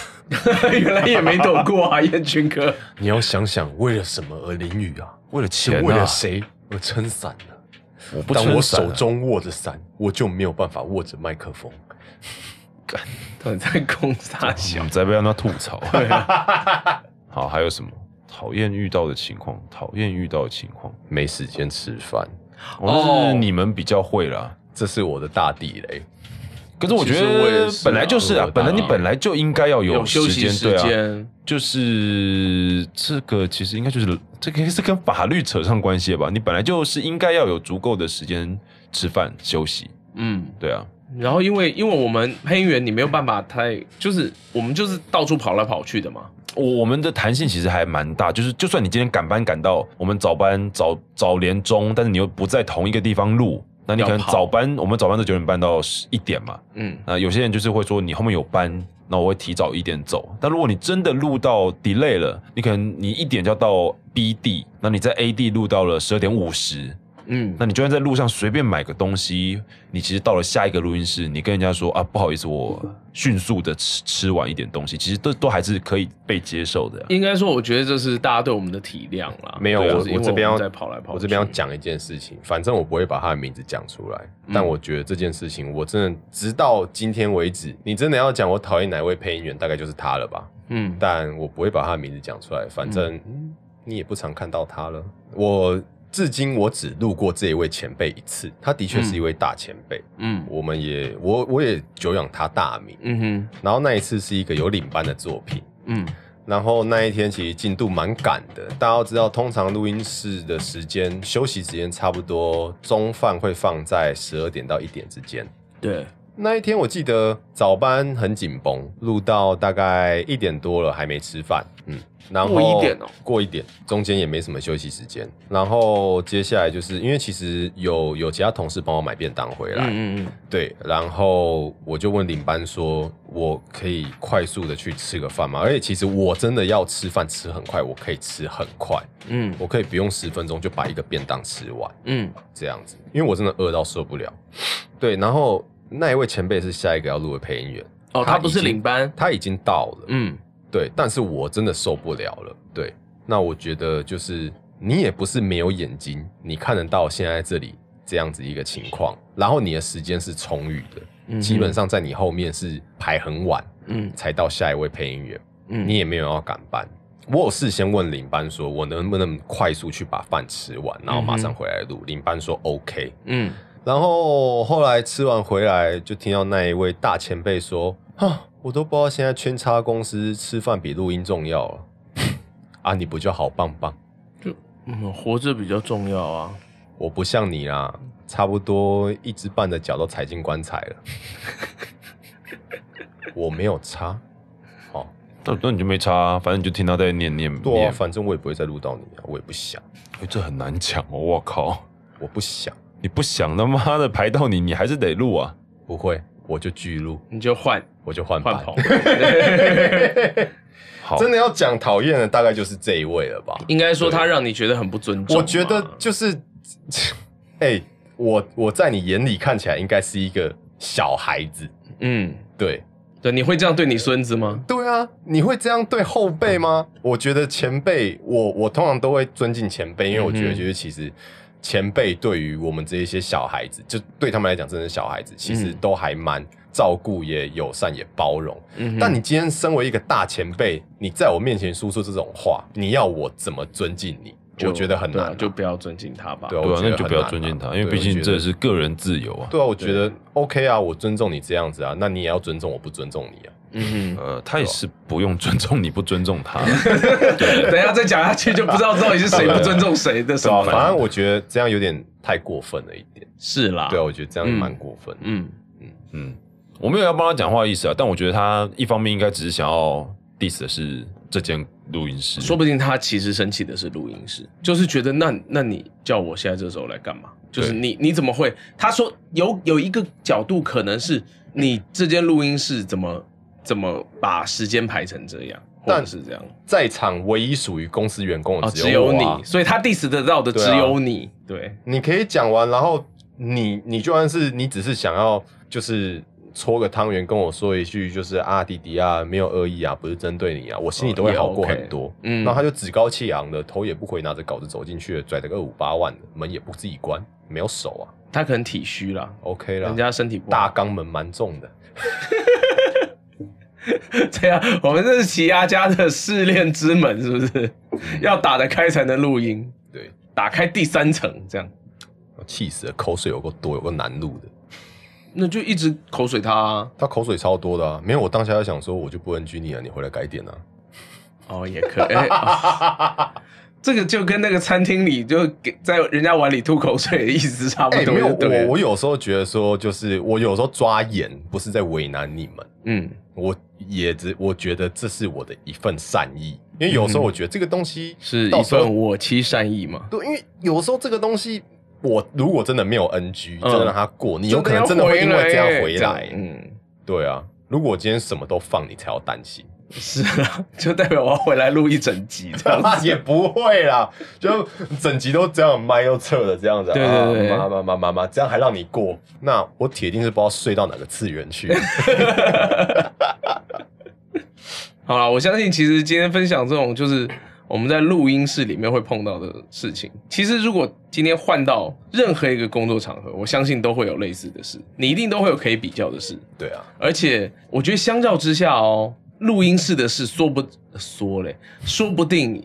B: 原来也没躲过啊，燕军哥，
A: 你要想想为了什么而淋雨啊？
D: 为了
A: 是
D: 钱、啊，
A: 为了谁而撑伞呢？
D: 我不撑
A: 当
D: 伞啊
A: 我手中握着伞，我就没有办法握着麦克风。
B: 到底在攻啥
D: 我
B: 小
D: 们？再被让他吐 槽。
B: 啊
D: 好，还有什么讨厌遇到的情况？讨厌遇到的情况，
A: 没时间吃饭，
D: 哦，
B: 哦
D: 是你们比较会啦。
A: 这是我的大地雷。
D: 可是我觉
B: 其实我
D: 得
B: 也是啊
D: 本来就是啊
A: 我，
D: 本来你本来就应该要
B: 有休
D: 时
B: 息
D: 间，
B: 时
D: 对啊，
B: 间，
D: 就是这个其实应该就是这个是跟法律扯上关系了吧？你本来就是应该要有足够的时间吃饭休息，
B: 嗯。
D: 对啊，
B: 然后因为因为我们配音员你没有办法太就是我们就是到处跑来跑去的嘛，
D: 我我们的弹性其实还蛮大，就是就算你今天赶班赶到我们早班早早连中，但是你又不在同一个地方录，那你可能
B: 要跑
D: 早班我们早班都九点半到十一点嘛，
B: 嗯，
D: 那有些人就是会说你后面有班，那我会提早一点走。但如果你真的录到 delay 了，你可能你一点就要到 B 地，那你在 A 地录到了十二点五十，
B: 嗯，
D: 那你就算在路上随便买个东西，你其实到了下一个录音室，你跟人家说啊不好意思，我迅速的吃吃完一点东西，其实都都还是可以被接受的啊、
B: 应该说我觉得这是大家对我们的体谅啦。
A: 没有，
B: 对啊
A: 我
B: 就是因为我
A: 这边要
B: 们在跑来跑去，
A: 我这边要讲一件事情，反正我不会把他的名字讲出来，但我觉得这件事情，我真的直到今天为止，你真的要讲我讨厌哪位配音员，大概就是他了吧？
B: 嗯，
A: 但我不会把他的名字讲出来，反正、嗯你也不常看到他了。我至今我只路过这一位前辈一次，他的确是一位大前辈，
B: 嗯
A: 我们也我我也久仰他大名。
B: 嗯哼，
A: 然后那一次是一个有领班的作品，
B: 嗯
A: 然后那一天其实进度蛮赶的，大家都知道，通常录音室的时间休息时间差不多，中饭会放在十二点到一点之间。
B: 对，
A: 那一天我记得早班很紧绷，录到大概一点多了还没吃饭，嗯，然后
B: 过一点哦
A: 过一点，中间也没什么休息时间。然后接下来就是因为其实有有其他同事帮我买便当回来，
B: 嗯嗯嗯，
A: 对，然后我就问领班说，我可以快速的去吃个饭嘛。而且其实我真的要吃饭吃很快，我可以吃很快，
B: 嗯
A: 我可以不用十分钟就把一个便当吃完
B: 嗯，
A: 这样子，因为我真的饿到受不了。对，然后那一位前辈是下一个要录的配音员，
B: 哦，
A: 他
B: 他不是
A: 已经
B: 领班，
A: 他已经到了，
B: 嗯
A: 对，但是我真的受不了了。对，那我觉得就是你也不是没有眼睛，你看得到现在这里这样子一个情况，然后你的时间是充裕的，
B: 嗯
A: 基本上在你后面是排很晚
B: 嗯
A: 才到下一位配音员，
B: 嗯，
A: 你也没有要赶班。我有事先问领班说，我能不能快速去把饭吃完，然后马上回来录。领班说 OK，
B: 嗯
A: 然后后来吃完回来，就听到那一位大前辈说：“啊，我都不知道现在圈叉公司吃饭比录音重要了。 啊，你不就好棒棒？
B: 嗯，活着比较重要啊。
A: 我不像你啦，差不多一只半的脚都踩进棺材了。 我没有差，哦，
D: 那那你就没差、啊，反正你就听他在念念
A: 对啊，
D: 念，
A: 反正我也不会再录到你啊，我也不想，
D: 哎这很难讲哦，我靠，
A: 我不想，
D: 你不想他妈的排到你，你还是得录啊。
A: 不会，我就拒录，
B: 你就换
A: 我就换
B: 换
A: 版。
B: 棚，
D: 好，
A: 真的要讲讨厌的，大概就是这一位了吧？
B: 应该说他让你觉得很不尊重嘛。
A: 我觉得就是， 哎、我我在你眼里看起来应该是一个小孩子，
B: 嗯，
A: 对
B: 对，你会这样对你孙子吗？
A: 对啊，你会这样对后辈吗？我觉得前辈，我我通常都会尊敬前辈，因为我觉
B: 嗯
A: 得
B: 哼
A: 就是其实前辈对于我们这一些小孩子，就对他们来讲真的是小孩子，其实
B: 嗯
A: 都还蛮照顾，也友善，也包容。
B: 嗯哼，
A: 但你今天身为一个大前辈，你在我面前说出这种话，你要我怎么尊敬你？
B: 就
A: 我觉得很
B: 对啊
A: 难啊、
B: 就不要尊敬他吧。
A: 对啊
D: 对
A: 我
D: 啊，
A: 觉
D: 那
A: 得
D: 你就不要
A: 很难
D: 尊敬
A: 啊
D: 他，因
A: 对
D: 为毕
A: 我
D: 竟
A: 觉
D: 这
A: 得
D: 是个人自由啊。
A: 对啊，我觉得 OK 啊，我尊重你这样子啊，那你也要尊重我不尊重你啊。
B: 嗯哼，
D: 呃，他也是不用尊重你，不尊重他。
B: 等一下再讲下去就不知道到底是谁不尊重谁的什
A: 对啊，
B: 么
A: 反
B: 了。
A: 正我觉得这样有点太过分了一点。
B: 是啦，
A: 对啊，我觉得这样蛮过分。
B: 嗯，
D: 嗯，我没有要帮他讲话的意思啊，但我觉得他一方面应该只是想要 diss 的是这间录音室，
B: 说不定他其实生气的是录音师，就是觉得那那你叫我现在这时候来干嘛？就是
D: 对
B: 你你怎么会？他说有有一个角度可能是你这间录音室怎么怎么把时间排成这样，或者
A: 但
B: 是这样
A: 在场唯一属于公司员工
B: 哦，
A: 的
B: 只
A: 有
B: 有
A: 我啊
B: 你，所以他 diss 得到的
A: 对
B: 只
A: 啊
B: 有你，对，
A: 你可以讲完，然后你你就算是你只是想要就是搓个汤圆，跟我说一句就是啊弟弟啊没有恶意啊，不是针对你啊，我心里都会好过很多。
B: 嗯，
A: 然后他就趾高气昂的，头也不回，拿着稿子走进去了，拽着个二五八万的，门也不自己关，没有手啊
B: 他可能体虚啦，
A: ，OK 了。
B: 人家身体不
A: 啊 大
B: 好，
A: 肛门蛮重的，
B: 这样啊我们这是齐亚家的试炼之门，是不是？
A: 嗯
B: 要打得开才能录音，
A: 对，
B: 打开第三层这样。
A: 气死了，口水有够多，有够难录的。
B: 那就一直口水他、啊。
A: 他口水超多的啊，没有我当下就想说，我就不 NG 你了，你回来改点啊。
B: 哦，也可以、哎哦这个就跟那个餐厅里就给在人家碗里吐口水的意思差不
A: 哎、
B: 多。
A: 没有
B: 对
A: 我，我有时候觉得说，就是我有时候抓眼，不是在为难你们，
B: 嗯
A: 我也只我觉得这是我的一份善意，因为有时候我觉得这个东西
B: 是
A: 到
B: 一
A: 时候
B: 份我妻善意嘛。
A: 对，因为有时候这个东西，我如果真的没有 NG，、
B: 嗯
A: 真的让它过，你有可能真的会因为这样回
B: 这样
A: 来。
B: 嗯，
A: 对啊，如果我今天什么都放，你才要担 心。
B: 是啊，就代表我要回来录一整集这样 子。
A: 也不会啦，就整集都这样，麦又撤了这样子啊。
B: 对对对
A: 妈妈妈妈妈，这样还让你过，那我铁定是不知道睡到哪个次元 去。
B: 好了，我相信其实今天分享这种就是我们在录音室里面会碰到的事情。其实如果今天换到任何一个工作场合，我相信都会有类似的事，你一定都会有可以比较的事。
A: 对啊，
B: 而且我觉得相较之下哦，录音室的事说不说嘞，说不定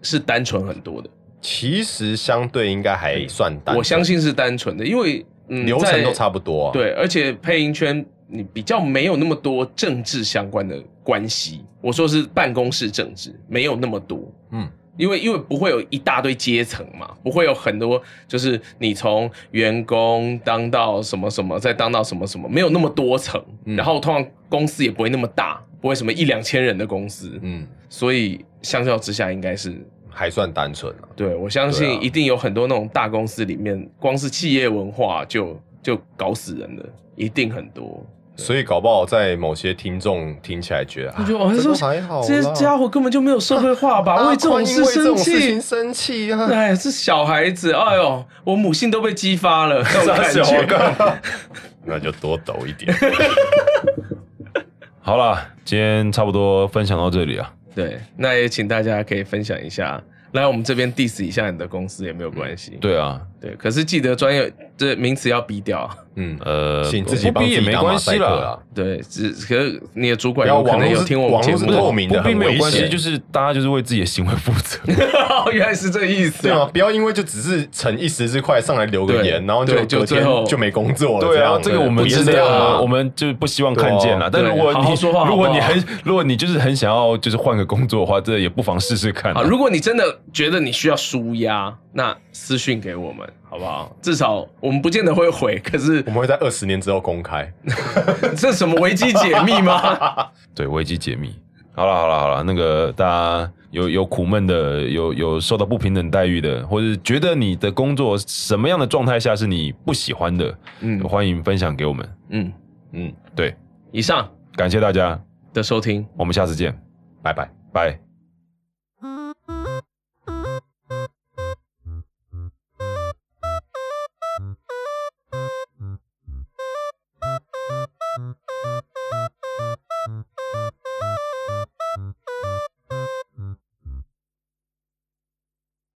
B: 是单纯很多的。
A: 其实相对应该还算单，
B: 我相信是单纯的，因为嗯，
A: 流程
B: 在
A: 都差不多、啊。，
B: 对，而且配音圈你比较没有那么多政治相关的关系。我说是办公室政治，没有那么多。
A: 嗯，
B: 因为因为不会有一大堆阶层嘛，不会有很多，就是你从员工当到什么什么，再当到什么什么，没有那么多层。
A: 嗯
B: 然后通常公司也不会那么大，不会什么一两千人的公司，
A: 嗯，
B: 所以相较之下应该是。
A: 还算单纯啊。
B: 对，我
A: 对
B: 相
A: 啊
B: 信一定有很多那种大公司里面，光是企业文化就就搞死人的，一定很多。
A: 所以搞不好在某些听众听起来觉得，
B: 我觉得
A: 啊
B: 哦，
A: 这
B: 这
A: 都
B: 都
A: 还好啦，
B: 这些家伙根本就没有社会化吧？
A: 啊
B: 为这种事
A: 因为这
B: 生
A: 种事
B: 气
A: 情，生气啊！
B: 哎，这小孩子，哎呦，我母性都被激发 了，这种感
A: 傻小干
B: 觉。
A: 那就多抖一点。
D: 好啦，今天差不多分享到这里啊。
B: 对，那也请大家可以分享一下，来我们这边 diss 一下你的公司也没有关系。
D: 对啊，
B: 对，可是记得专业这名词要逼掉。
A: 嗯，
D: 呃，
A: 请自己
D: 不
A: 帮
D: 逼
A: 自己
D: 也没
A: 打
D: 关
A: 马
D: 系
A: 赛克啊
D: 啦。
A: 啦。
B: 对，只可是你的主管
A: 不要
B: 有可能
A: 网络
B: 有
A: 是
B: 听我们
A: 网
B: 节
A: 络是
B: 目
A: 透
B: 的，
A: 明的
D: 不逼
A: 很
D: 没有
A: 危
D: 关系，
A: 险，
D: 就是大家就是为自己的行为负责。
B: 哦原来是这个意思、
A: 对
B: 啊
A: 吗？。不要因为就只是逞一时之快，上来留个
B: 对
A: 言，然后就
B: 对就
A: 隔天
B: 最后
A: 就没工作了。
D: 对啊，
A: 这
D: 这
A: 样
D: 个我们
A: 不是
D: 真
A: 这样
D: 的，
A: 啊
D: 我们就不希望看见了。
B: 对
D: 但
B: 啊
D: 如果
B: 对好好说话
D: 你如
B: 好
D: 果
B: 不好
D: 你很如果你就是很想要就是换个工作的话，这也不妨试试看啊
B: 好，。如果你真的觉得你需要舒压，那私讯给我们好不好？至少我们不见得会回，可是
A: 我们会在二十年之后公开。
B: 这什么危机解密吗？
D: 对，危机解密。好了好了好了，那个大家有有苦闷的，有有受到不平等待遇的，或者觉得你的工作什么样的状态下是你不喜欢的，
B: 嗯
D: 欢迎分享给我们。
B: 嗯，
A: 嗯，
D: 对，
B: 以上
D: 感谢大家，
B: 的收听，
D: 我们下次见，
A: 拜拜。
D: 拜。